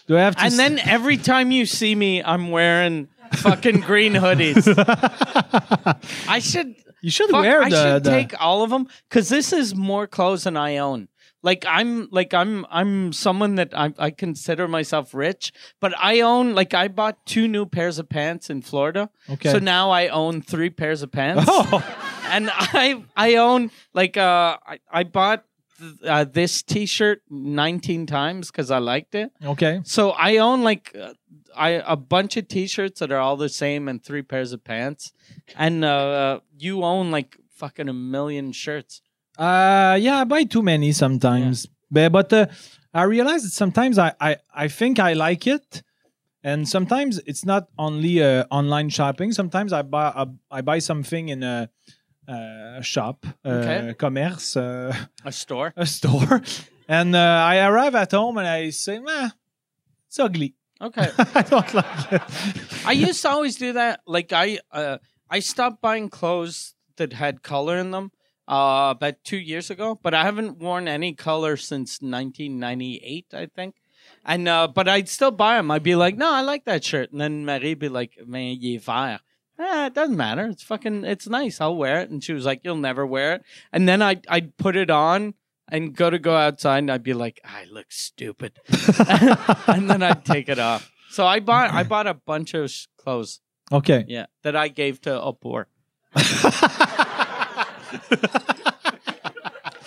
S1: Do I have to?
S2: And
S1: s-
S2: then every time you see me, I'm wearing fucking green hoodies. I should.
S1: you should
S2: Fuck,
S1: wear
S2: I
S1: the.
S2: should
S1: the-
S2: take all of them because this is more clothes than I own. Like I'm, like I'm, I'm someone that I, I consider myself rich, but I own, like I bought two new pairs of pants in Florida.
S1: Okay.
S2: So now I own three pairs of pants,
S1: Oh,
S2: and I, I own, like, uh, I, I bought th- uh, this T-shirt 19 times because I liked it.
S1: okay.
S2: So I own like uh, I a bunch of t-shirts that are all the same and three pairs of pants, and uh, you own like fucking a million shirts.
S1: Uh, yeah, I buy too many sometimes. But, but uh, I realize that sometimes I, I, I think I like it. And sometimes it's not only uh, online shopping. Sometimes I buy I, I buy something in a, uh shop, uh,
S2: Okay.
S1: commerce, uh,
S2: A store.
S1: a store, and uh, I arrive at home and I say, "Nah, it's ugly.
S2: Okay.
S1: I don't like it."
S2: I used to always do that. Like I uh, I stopped buying clothes that had color in them uh, about two years ago, but I haven't worn any color since 1998, I think. And uh, but I'd still buy them. I'd be like, no, I like that shirt, and then Marie'd be like, man, you fire. Ah, it doesn't matter. It's fucking, it's nice. I'll wear it. And she was like, "You'll never wear it." And then I, I'd put it on and go to go outside, and I'd be like, I look stupid, and then I'd take it off. So I bought I bought a bunch of sh- clothes,
S1: Okay.
S2: yeah, that I gave to a poor.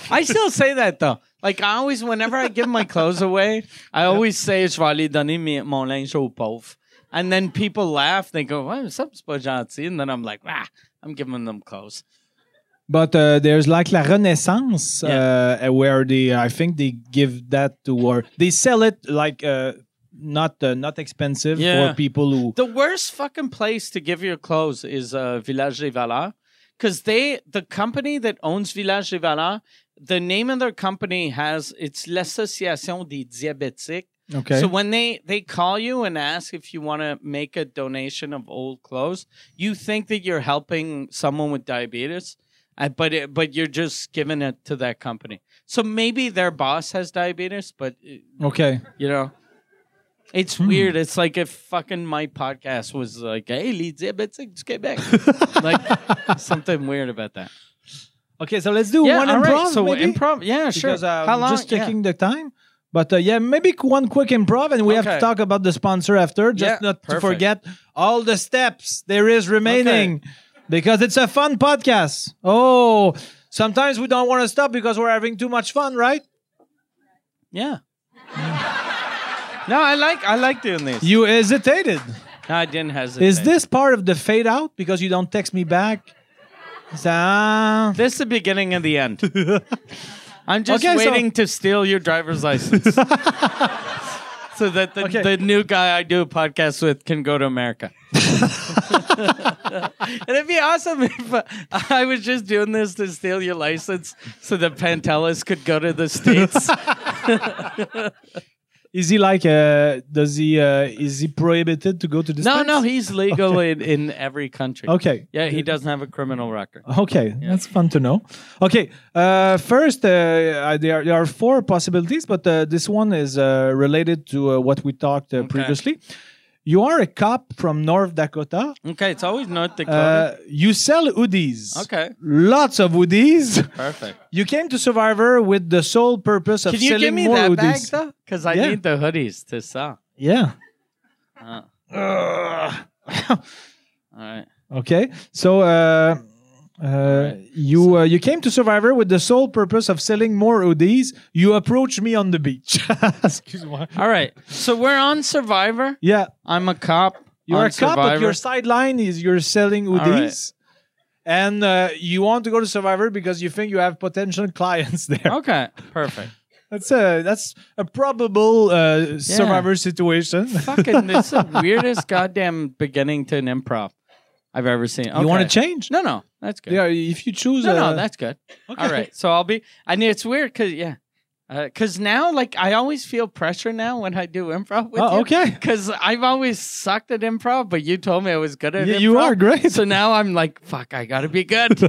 S2: I still say that though. Like I always, whenever I give my clothes away, I always say je vais aller donner mes- mon linge aux pauvres, and then people laugh. They go, "Well, something's pas gentil," and then I'm like, "Ah, I'm giving them clothes."
S1: But uh, there's like La Renaissance, uh, where they, I think they give that to, or they sell it like uh, not uh, not expensive
S2: Yeah.
S1: for people who.
S2: The worst fucking place to give your clothes is uh, Village des Valeurs because they, the company that owns Village des Valeurs, the name of their company has it's l'Association des Diabétiques.
S1: Okay.
S2: So when they they call you and ask if you want to make a donation of old clothes, you think that you're helping someone with diabetes, uh, but it, but you're just giving it to that company. So maybe their boss has diabetes, but uh,
S1: okay.
S2: you know, it's
S1: Hmm.
S2: weird. It's like if fucking my podcast was like, "Hey, les diabétiques du Québec," like something weird about that.
S1: Okay, so let's do one
S2: all
S1: improv.
S2: right, So
S1: maybe?
S2: improv, yeah, sure.
S1: Because I'm
S2: How long?
S1: just
S2: Yeah.
S1: checking the time. But uh, yeah, maybe qu- one quick improv, and we have to
S2: Okay.
S1: talk about the sponsor after. Just
S2: Yeah,
S1: not
S2: perfect.
S1: to forget all the steps there is remaining, because it's a fun podcast. Oh, sometimes we don't want to stop because we're having too much fun, right?
S2: Yeah. no, I like I like doing this.
S1: You hesitated.
S2: No, I didn't hesitate.
S1: Is this part of the fade out because you don't text me back? uh, So,
S2: this is the beginning and the end? I'm just
S1: Okay, so-
S2: waiting to steal your driver's license. So that the,
S1: Okay.
S2: the new guy I do a podcast with can go to America. It'd be awesome if uh, I was just doing this to steal your license so that Pantelis could go to the States.
S1: is he like? Uh, does he? Uh, is he prohibited to go to the
S2: no,
S1: States?
S2: no, he's legal in, in every country.
S1: Okay. Uh,
S2: Yeah, he doesn't have a criminal record.
S1: Okay, that's fun to know. Okay, uh, first, uh, I- there, are, there are four possibilities, but uh, this one is uh, related to uh, what we talked uh, previously. You are a cop from North Dakota.
S2: Okay, it's always North
S1: Uh,
S2: Dakota.
S1: you sell hoodies.
S2: Okay.
S1: Lots of hoodies.
S2: Perfect.
S1: You came to Survivor with the sole purpose of
S2: Can you
S1: selling
S2: give me
S1: more
S2: that bag
S1: hoodies.
S2: though? Because I
S1: Yeah.
S2: need the hoodies to sell. Uh,
S1: yeah.
S2: All right.
S1: Okay. So uh, uh, you uh, you came to Survivor with the sole purpose of selling more hoodies. You approached me on the beach. Excuse me.
S2: All right. So we're on Survivor.
S1: Yeah.
S2: I'm a cop.
S1: You're a
S2: on
S1: cop, but your sideline is you're selling
S2: right.
S1: hoodies. And uh, you want to go to Survivor because you think you have potential clients there.
S2: Okay, perfect.
S1: That's a that's a probable uh, Survivor situation.
S2: Fucking, this is the weirdest goddamn beginning to an improv I've ever seen.
S1: You want
S2: Okay.
S1: to change?
S2: No, no, that's good.
S1: Yeah, if you choose.
S2: no,
S1: uh,
S2: no, that's good. All right, so I'll be. And it's weird because yeah, because now like I always feel pressure now when I do improv with
S1: Oh,
S2: you.
S1: okay.
S2: Because I've always sucked at improv, but you told me I was good at
S1: Yeah,
S2: improv.
S1: you are great.
S2: So now I'm like, fuck, I gotta be good.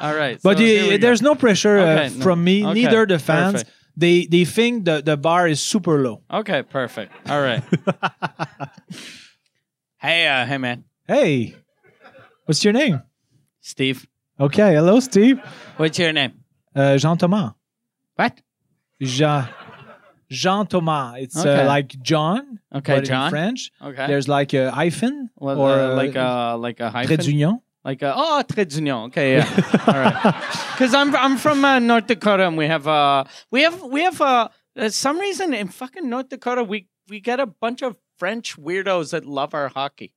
S2: All right.
S1: But
S2: so
S1: you-
S2: here we go.
S1: there's no pressure uh,
S2: Okay, no.
S1: from me,
S2: Okay,
S1: neither the fans.
S2: perfect.
S1: They they think the, the bar is super low.
S2: Okay, perfect. All right. hey, uh, hey, man,
S1: Hey, what's your name?
S2: Steve.
S1: Okay, hello, Steve.
S2: What's your name?
S1: Uh, Jean Thomas.
S2: What?
S1: Jean Jean Thomas. It's
S2: Okay.
S1: uh, like John.
S2: Okay,
S1: but
S2: John.
S1: In French,
S2: Okay.
S1: there's like a hyphen
S2: Well,
S1: or
S2: uh,
S1: uh,
S2: like a like a hyphen.
S1: trait d'union.
S2: Like a oh, trait d'union. Okay, yeah. All right. Because I'm I'm from uh, North Dakota, and we have uh we have we have uh uh, some reason in fucking North Dakota we we get a bunch of French weirdos that love our hockey.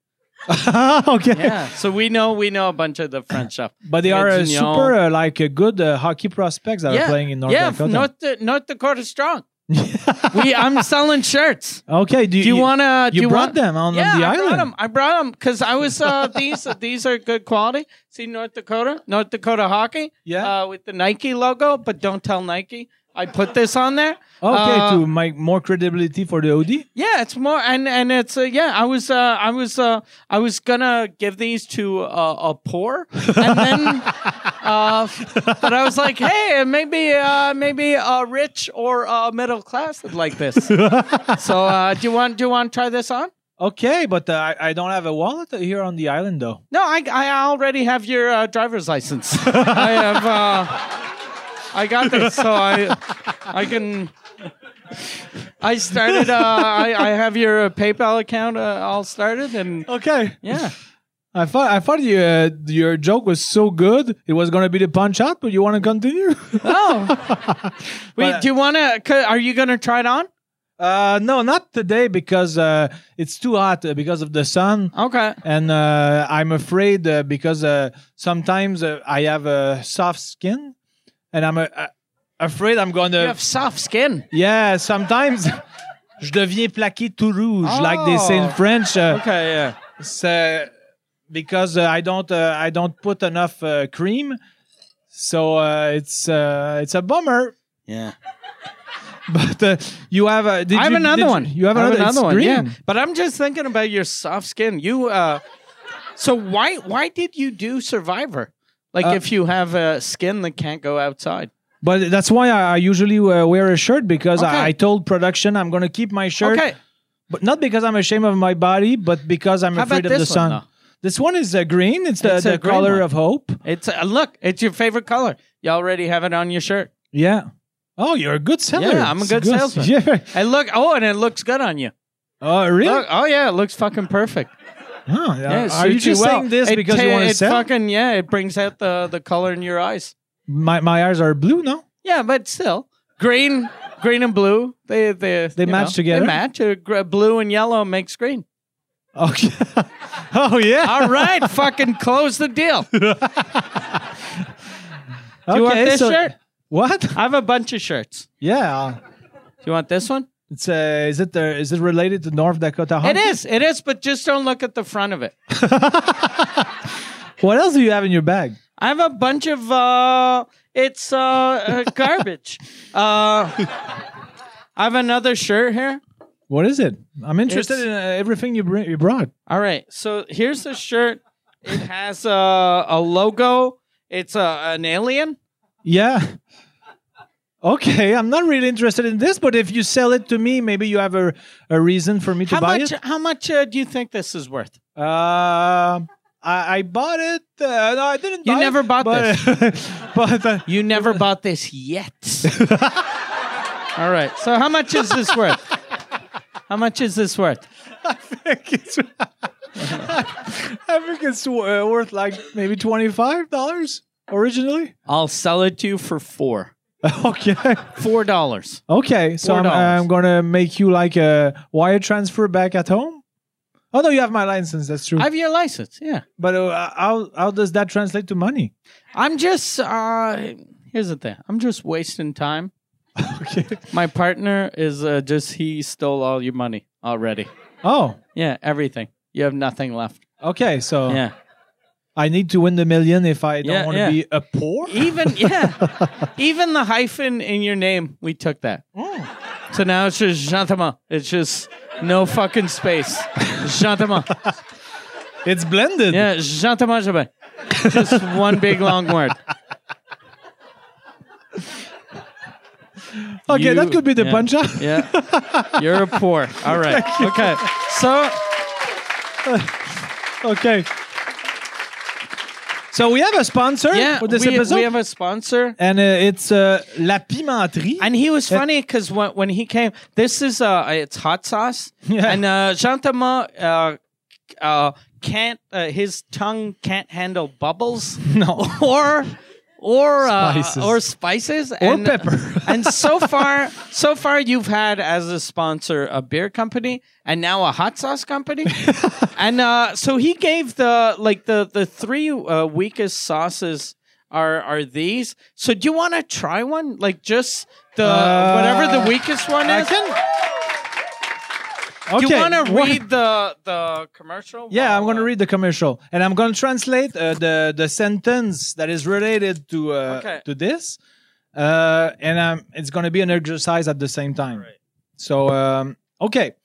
S1: okay,
S2: Yeah. so we know we know a bunch of the French stuff.
S1: but they are
S2: Trait
S1: uh,
S2: d'union.
S1: super uh, like uh, good uh, hockey prospects that are playing in North
S2: yeah,
S1: Dakota.
S2: North, Da- North Dakota strong. we, I'm selling shirts.
S1: okay, do,
S2: Do you want to?
S1: You
S2: do
S1: brought
S2: want-
S1: them on the
S2: yeah, I Brought
S1: island.
S2: them. I brought them because I was uh, these. These are good quality. See North Dakota, North Dakota hockey.
S1: Yeah.
S2: uh, with the Nike logo, but don't tell Nike. I put this on there.
S1: Okay,
S2: Uh,
S1: to make more credibility for the OD.
S2: yeah, it's more and and it's uh, yeah. I was uh, I was uh, I was gonna give these to uh, a poor, and then uh, but I was like, hey, maybe uh, maybe uh, rich or uh, middle class would like this. so uh, do you want do you want to try this on?
S1: Okay, but uh, I, I don't have a wallet here on the island though.
S2: No, I I already have your uh, driver's license. I have. Uh, I got this, so I, I can. I started. Uh, I, I have your uh, PayPal account uh, all started, and
S1: Okay.
S2: yeah,
S1: I thought I thought you, uh, your joke was so good it was gonna be the punch out, but you want to continue?
S2: Oh. wait, do you want to? Are you gonna try it on?
S1: uh, no, not today because uh, it's too hot uh, because of the sun,
S2: Okay.
S1: and uh, I'm afraid uh, because uh, sometimes uh, I have a soft skin, and I'm uh, uh, afraid I'm gonna
S2: You have soft skin.
S1: yeah sometimes. Je deviens plaqué tout rouge, like they say in
S2: Oh.
S1: French. Uh,
S2: Okay. Yeah.
S1: So, because uh, I don't uh, I don't put enough uh, cream, so uh, it's uh, it's a bummer.
S2: Yeah.
S1: But uh, you have a. Did
S2: I have
S1: you-
S2: another
S1: did
S2: one.
S1: You, you have
S2: I
S1: another, it's green.
S2: Yeah. But I'm just thinking about your soft skin. You uh so why why did you do Survivor? Like
S1: Uh,
S2: if you have a skin that can't go outside.
S1: But that's why I I usually uh, wear a shirt because
S2: Okay.
S1: I, I told production I'm gonna keep my shirt,
S2: Okay.
S1: but not because I'm ashamed of my body, but because I'm
S2: How about
S1: afraid of the
S2: this one,
S1: sun. this one is uh, green. It's the,
S2: It's a
S1: the
S2: green
S1: color
S2: one.
S1: of hope.
S2: It's uh, look, it's your favorite color. You already have it on your shirt.
S1: Yeah. Oh, you're a good seller.
S2: Yeah, I'm a
S1: It's
S2: good salesman.
S1: Yeah.
S2: And look, oh, and it looks good on you.
S1: Oh, really?
S2: Look, oh yeah, it looks fucking perfect.
S1: Oh,
S2: Yeah,
S1: yeah.
S2: it
S1: Are you
S2: suits you
S1: just
S2: well.
S1: saying this
S2: It
S1: because you
S2: ta-
S1: want to
S2: it
S1: sell?
S2: Fucking yeah, it brings out the the color in your eyes.
S1: My my eyes are blue, no?
S2: Yeah, but still, green, green and blue, they they
S1: They
S2: you
S1: match
S2: know,
S1: together?
S2: They match. Uh, gr- blue and yellow makes green.
S1: Okay. oh yeah.
S2: All right, fucking close the deal. Do
S1: okay,
S2: you want this
S1: so-
S2: shirt?
S1: What?
S2: I have a bunch of shirts.
S1: Yeah.
S2: Do you want this one?
S1: It's uh, is it the, is it related to North Dakota?
S2: It
S1: Hockey?
S2: is. It is. But just don't look at the front of it.
S1: What else do you have in your bag?
S2: I have a bunch of. uh It's uh, uh garbage. Uh, I have another shirt here.
S1: What is it? I'm interested
S2: It's-
S1: in uh, everything you bring, you brought.
S2: All right. So here's the shirt. It has a, a logo. It's a, an alien.
S1: Yeah. Okay, I'm not really interested in this, but if you sell it to me, maybe you have a, a reason for me to
S2: How
S1: buy
S2: much?
S1: it.
S2: How much uh, do you think this is worth?
S1: Uh, I, I bought it. Uh, no, I didn't.
S2: You
S1: buy
S2: never
S1: it,
S2: bought
S1: but, but uh,
S2: You never bought this yet. All right. So how much is this worth? How much is this worth?
S1: it's, I think it's uh, worth like maybe twenty five dollars originally.
S2: I'll sell it to you for four.
S1: Okay,
S2: Four dollars.
S1: okay. So I'm,
S2: $4.
S1: I'm gonna make you like a wire transfer back at home. Oh no, you have my license. That's true.
S2: I have your license. Yeah.
S1: but uh, how how does that translate to money?
S2: I'm just. Uh, here's the thing. I'm just wasting time.
S1: Okay.
S2: My partner is uh, just. He stole all your money already.
S1: Oh,
S2: Yeah. Everything. You have nothing left.
S1: okay. So
S2: Yeah.
S1: I need to win the million if I don't
S2: Yeah,
S1: want to
S2: yeah.
S1: be
S2: E-
S1: a poor.
S2: Even yeah. Even the hyphen in your name, we took that.
S1: Oh.
S2: So now it's just Jean Thomas. It's just no fucking space. Jean Thomas.
S1: It's blended.
S2: Yeah, Jean Thomas Jobin. Just one big long word.
S1: okay,
S2: You-
S1: that could be the
S2: yeah.
S1: punch up.
S2: Yeah. You're a poor. All right. Okay. So
S1: Okay. So we have a sponsor
S2: yeah,
S1: for this
S2: we,
S1: episode.
S2: we have a sponsor.
S1: and uh, it's uh, La Pimenterie.
S2: And he was funny because when, when he came, this is uh, it's hot sauce,
S1: Yeah.
S2: and uh, Jean Thomas uh, uh, can't uh, his tongue can't handle bubbles,
S1: No.
S2: or or uh,
S1: Spices.
S2: or spices or
S1: pepper.
S2: and uh, so far, so far you've had as a sponsor a beer company and now a hot sauce company, and uh, so he gave the like the the three uh, weakest sauces are are these. So do you want to try one? Like just the
S1: Uh,
S2: whatever the weakest one
S1: I
S2: is.
S1: can.
S2: do you want to
S1: what-
S2: read the the commercial?
S1: Yeah, I'm going to
S2: Well, uh,
S1: read the commercial, and I'm going to translate uh, the the sentence that is related to uh,
S2: Okay.
S1: to this, uh, and um, it's going to be an exercise at the same time. So, um, okay.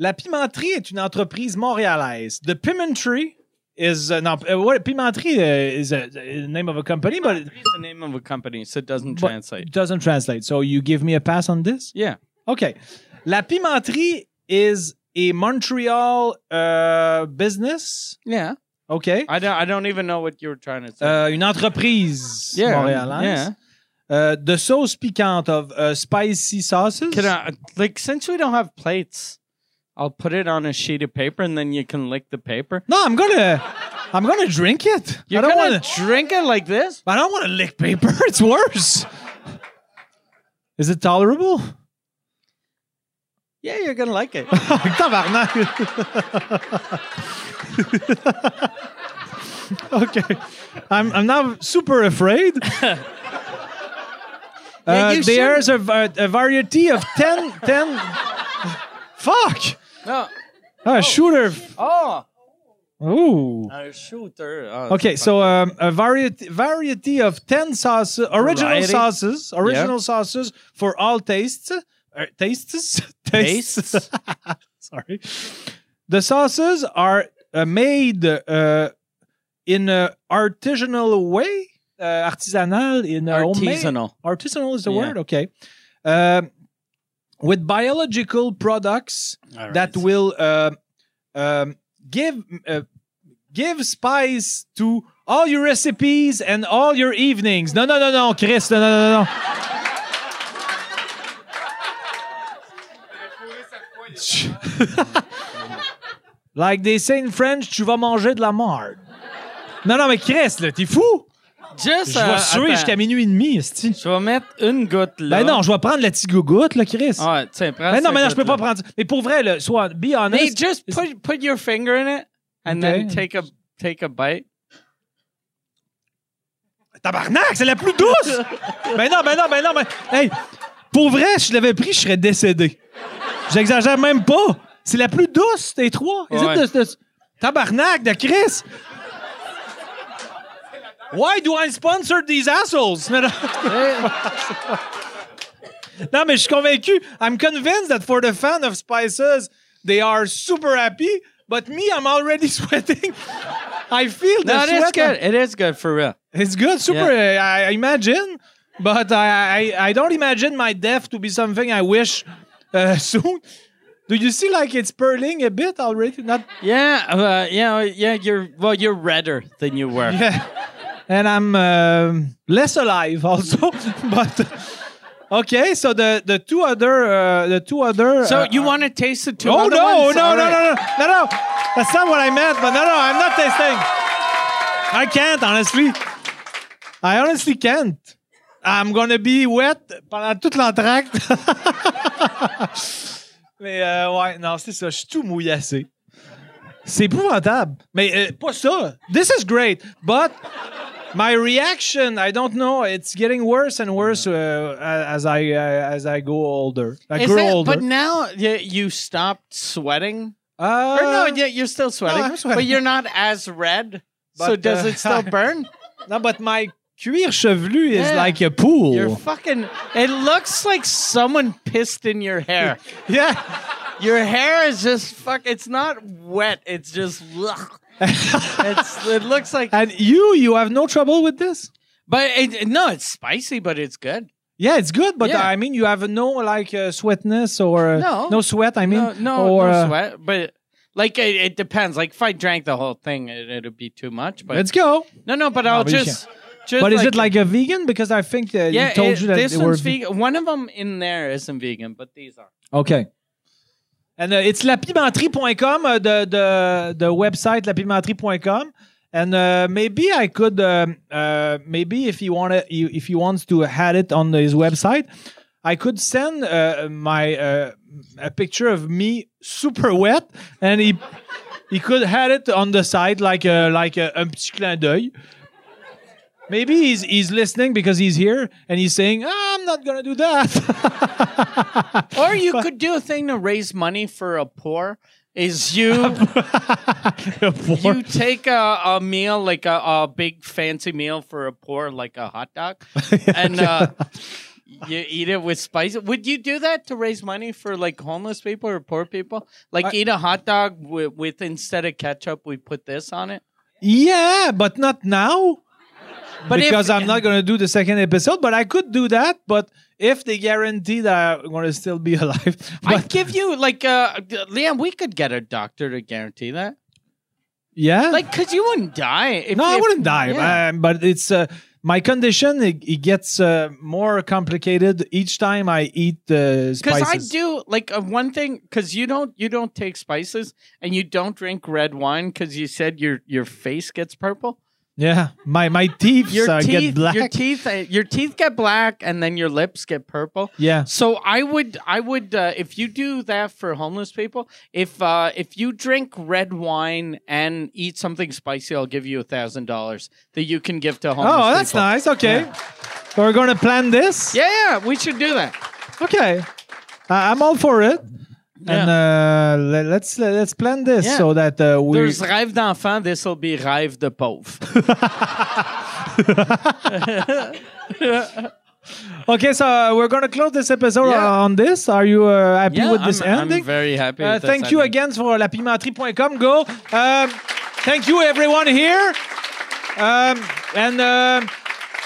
S1: La Pimenterie est une entreprise montréalaise. The Pimenterie is uh, no, uh, what Pimenterie uh, is a, a name of a company, but it
S2: It's the name of a company, so it doesn't
S1: but
S2: translate.
S1: doesn't translate. So you give me a pass on this.
S2: Yeah.
S1: Okay. La Pimenterie is a Montreal uh, business.
S2: Yeah.
S1: Okay.
S2: I don't. I don't even know what you were trying to say.
S1: Euh, une entreprise
S2: yeah.
S1: montréalaise. uh, the sauce piquante of uh, spicy sauces.
S2: Can I, like, since we don't have plates, I'll put it on a sheet of paper and then you can lick the paper.
S1: no, I'm gonna, I'm gonna drink it.
S2: You're
S1: I don't
S2: gonna
S1: want to.
S2: drink it like this?
S1: I don't want to lick paper. It's worse. Is it tolerable?
S2: Yeah, you're gonna like it.
S1: Tabarnak. okay, I'm I'm now super afraid. Uh,
S2: you
S1: there's a, va- a variety of 10, 10 Fuck!
S2: no.
S1: A shooter.
S2: Oh,
S1: Ooh.
S2: a shooter. Oh,
S1: Okay, so um, a variety variety of ten sauces, original
S2: Variety?
S1: sauces, original sauces for all tastes, uh, tastes,
S2: Tastes?
S1: Sorry, the sauces are uh, made uh, in a artisanal way, uh, artisanal in a homemade-
S2: artisanal.
S1: Artisanal is the
S2: Yeah.
S1: word. Okay, Um with biological products that will uh, um, give uh, give spice to all your recipes and all your evenings. No, no, no, no, Chris, no, no, no, no. like they say in French, tu vas manger de la marde. Non, non, mais Chris, là, t'es fou?
S2: Just uh,
S1: Je vais suer jusqu'à minuit et demi, esti.
S2: Je vais mettre une goutte là.
S1: Ben non, je vais prendre la petite gougoute, là, Chris.
S2: Ah, tiens, prends
S1: Ben non,
S2: cette
S1: mais non, je peux
S2: goutte-là.
S1: pas prendre. Mais pour vrai, là, soit, be honest.
S2: Hey, just put put your finger in it and then
S1: Okay.
S2: take a take a bite.
S1: Tabarnak, c'est la plus douce! ben non, ben non, ben non, ben. Hey, pour vrai, je l'avais pris, je serais décédé. J'exagère même pas. C'est la plus douce des trois. Is it
S2: Ouais.
S1: the- the- Tabarnak de Chris! Why do I sponsor these assholes? Non, non.
S2: Eh,
S1: Non, mais je suis convaincu. I'm convinced that for the fan of spices, they are super happy. But me, I'm already sweating. I feel the
S2: No, it is
S1: sweat. on-
S2: good. It is good for real.
S1: It's good, super. I, I imagine, but I, I I don't imagine my death to be something I wish uh, soon. Do you see like it's purling a bit already? Not
S2: Yeah, uh, yeah, yeah. You're well. You're redder than you were.
S1: yeah. And I'm um less alive also, but okay. So the the two other uh, the two other.
S2: So
S1: uh,
S2: you want to taste the two?
S1: Oh
S2: other
S1: no, no,
S2: ones?
S1: no,
S2: All
S1: no,
S2: right.
S1: no, no, no, no. That's not what I meant. But no, no, I'm not tasting. I can't honestly. I honestly can't. I'm gonna be wet pendant toute l'entracte. Mais euh, ouais, non, c'est ça. Je suis tout mouillassé. C'est épouvantable. Mais euh, pas ça. This is great, but my reaction, I don't know. It's getting worse and worse uh, as I uh, as I go older. I
S2: Is
S1: grow
S2: that-
S1: older.
S2: but now you, you stopped sweating.
S1: Uh,
S2: or no, yeah, you're still sweating,
S1: I'm sweating.
S2: but you're not as red. so
S1: But,
S2: does
S1: uh,
S2: it still burn?
S1: No, but my cuir chevelu is
S2: Yeah.
S1: like a pool.
S2: You're fucking. It looks like someone pissed in your hair.
S1: yeah.
S2: Your hair is just fuck. It's not wet. It's just. Ugh. it's. It looks like.
S1: And you, you have no trouble with this?
S2: But it, no, it's spicy, but it's good.
S1: Yeah, it's good, but
S2: Yeah.
S1: I mean, you have no like uh, sweatness or uh,
S2: No.
S1: no sweat. I mean,
S2: No, no,
S1: or,
S2: no
S1: uh,
S2: sweat. But like, it, it depends. Like, if I drank the whole thing, it, it'd be too much. But
S1: Let's go.
S2: no, no. But I'll
S1: but you
S2: just. just.
S1: But is it like a vegan? Because I think uh,
S2: Yeah,
S1: you told
S2: it-
S1: you that
S2: this
S1: they were
S2: one's vegan. One of them in there isn't vegan, but these are.
S1: Okay. And uh, it's lapimenterie.com, uh, the, the, the website lapimenterie.com. And uh, maybe I could, um, uh, maybe if he wanted, if he wants to had it on his website, I could send uh, my uh, a picture of me super wet, and he he could had it on the side like a like a un petit clin d'œil. Maybe he's he's listening because he's here and he's saying, "Ah, "I'm not gonna do that."
S2: Or you could do a thing to raise money for a poor. Is you you take a, a meal like a, a big fancy meal for a poor like a hot dog, and uh, you eat it with spices. Would you do that to raise money for like homeless people or poor people? Like
S1: I-
S2: eat a hot dog with, with instead of ketchup, we put this on it.
S1: Yeah, but not now.
S2: But if-
S1: because I'm not going to do the second episode, but I could do that. But if they guarantee that I'm going to still be alive,
S2: I
S1: but
S2: give you like uh, Liam. We could get a doctor to guarantee that.
S1: yeah,
S2: Like, cause you wouldn't die. If,
S1: no, I
S2: if-
S1: wouldn't die.
S2: yeah.
S1: um, but it's uh, my condition it, it gets uh, more complicated each time I eat the
S2: Because
S1: spices.
S2: I do like uh, one thing. Because you don't you don't take spices and you don't drink red wine because you said your your face gets purple.
S1: Yeah, my my teeth
S2: Your
S1: uh,
S2: teeth
S1: get black.
S2: your teeth uh, your teeth get black and then your lips get purple.
S1: yeah,
S2: So I would I would uh, if you do that for homeless people if uh, if you drink red wine and eat something spicy I'll give you a thousand dollars that you can give to homeless.
S1: Oh, that's
S2: people.
S1: nice. Okay. So we're going to plan this?
S2: Yeah, yeah, we should do that.
S1: Okay. I I'm all for it. And uh, le- let's le- let's plan this
S2: Yeah.
S1: so that uh, we
S2: There's rêve d'enfant. This will be rêve de pauvre.
S1: Okay, so uh, we're going to close this episode
S2: Yeah.
S1: on this. Are you uh, happy with this
S2: I'm,
S1: ending?
S2: I'm very happy.
S1: Uh,
S2: with this
S1: thank you
S2: ending.
S1: again euh, for lapimenterie.com. Go. Um, thank you, everyone here. Um, and um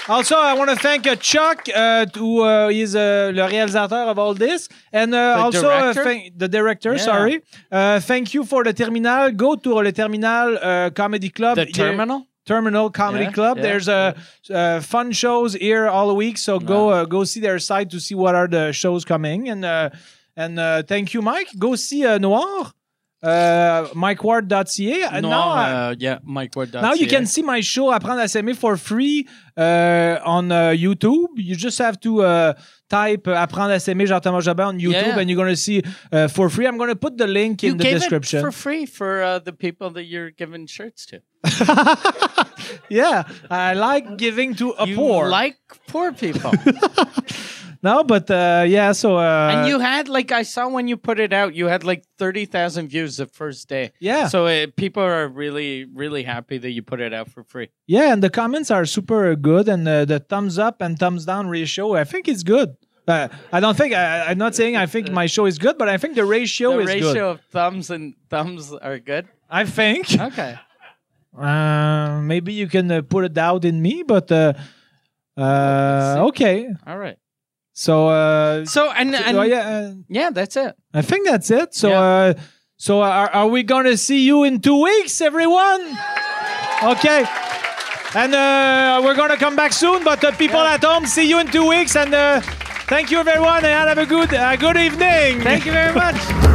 S1: also, I want to thank uh, Chuck, uh, who uh, is uh, le réalisateur of all this. And uh,
S2: The
S1: also, uh,
S2: director?
S1: thank the director,
S2: Yeah.
S1: sorry. Uh, thank you for the terminal. Go to the terminal uh, comedy club.
S2: The
S1: There-
S2: terminal.
S1: Terminal Comedy
S2: Yeah,
S1: Club.
S2: yeah,
S1: There's uh, uh, fun shows here all week, so go uh, go see their site to see what are the shows coming. And uh, and uh, thank you, Mike. Go see uh, Noir, uh, MikeWard.ca. And
S2: No,
S1: now, I-
S2: uh, yeah, Mike Ward.
S1: now you can see my show Apprendre à s'aimer for free uh, on uh, YouTube. You just have to uh, type uh, Apprendre à s'aimer Jean-Thomas Jobin on YouTube,
S2: Yeah.
S1: and you're gonna see uh, for free. I'm gonna put the link
S2: You
S1: in the
S2: gave
S1: description.
S2: it for free for uh, the people that you're giving shirts to.
S1: yeah, I like giving to a
S2: you
S1: poor.
S2: like poor people,
S1: No, but uh, yeah, so uh,
S2: and you had like I saw when you put it out, you had like thirty thousand views the first day.
S1: yeah,
S2: So uh, people are really, really happy that you put it out for free.
S1: yeah, and the comments are super good, and uh, the thumbs up and thumbs down ratio, I think it's good. Uh, I don't think I, I'm not saying I think my show is good, but I think the ratio
S2: the
S1: is
S2: ratio
S1: good.
S2: of thumbs and thumbs are good.
S1: I think
S2: Okay.
S1: uh, maybe you can uh, put a doubt in me, but uh, uh, okay.
S2: All right.
S1: So uh,
S2: So and, and
S1: so, yeah, uh,
S2: yeah, that's it.
S1: I think that's it. So
S2: Yeah.
S1: uh, so are, are we gonna see you in two weeks, everyone? Okay. And uh, we're gonna come back soon, but uh, people at home, see you in two weeks. And uh, thank you, everyone, and have a good, a good evening.
S2: Thank you very much.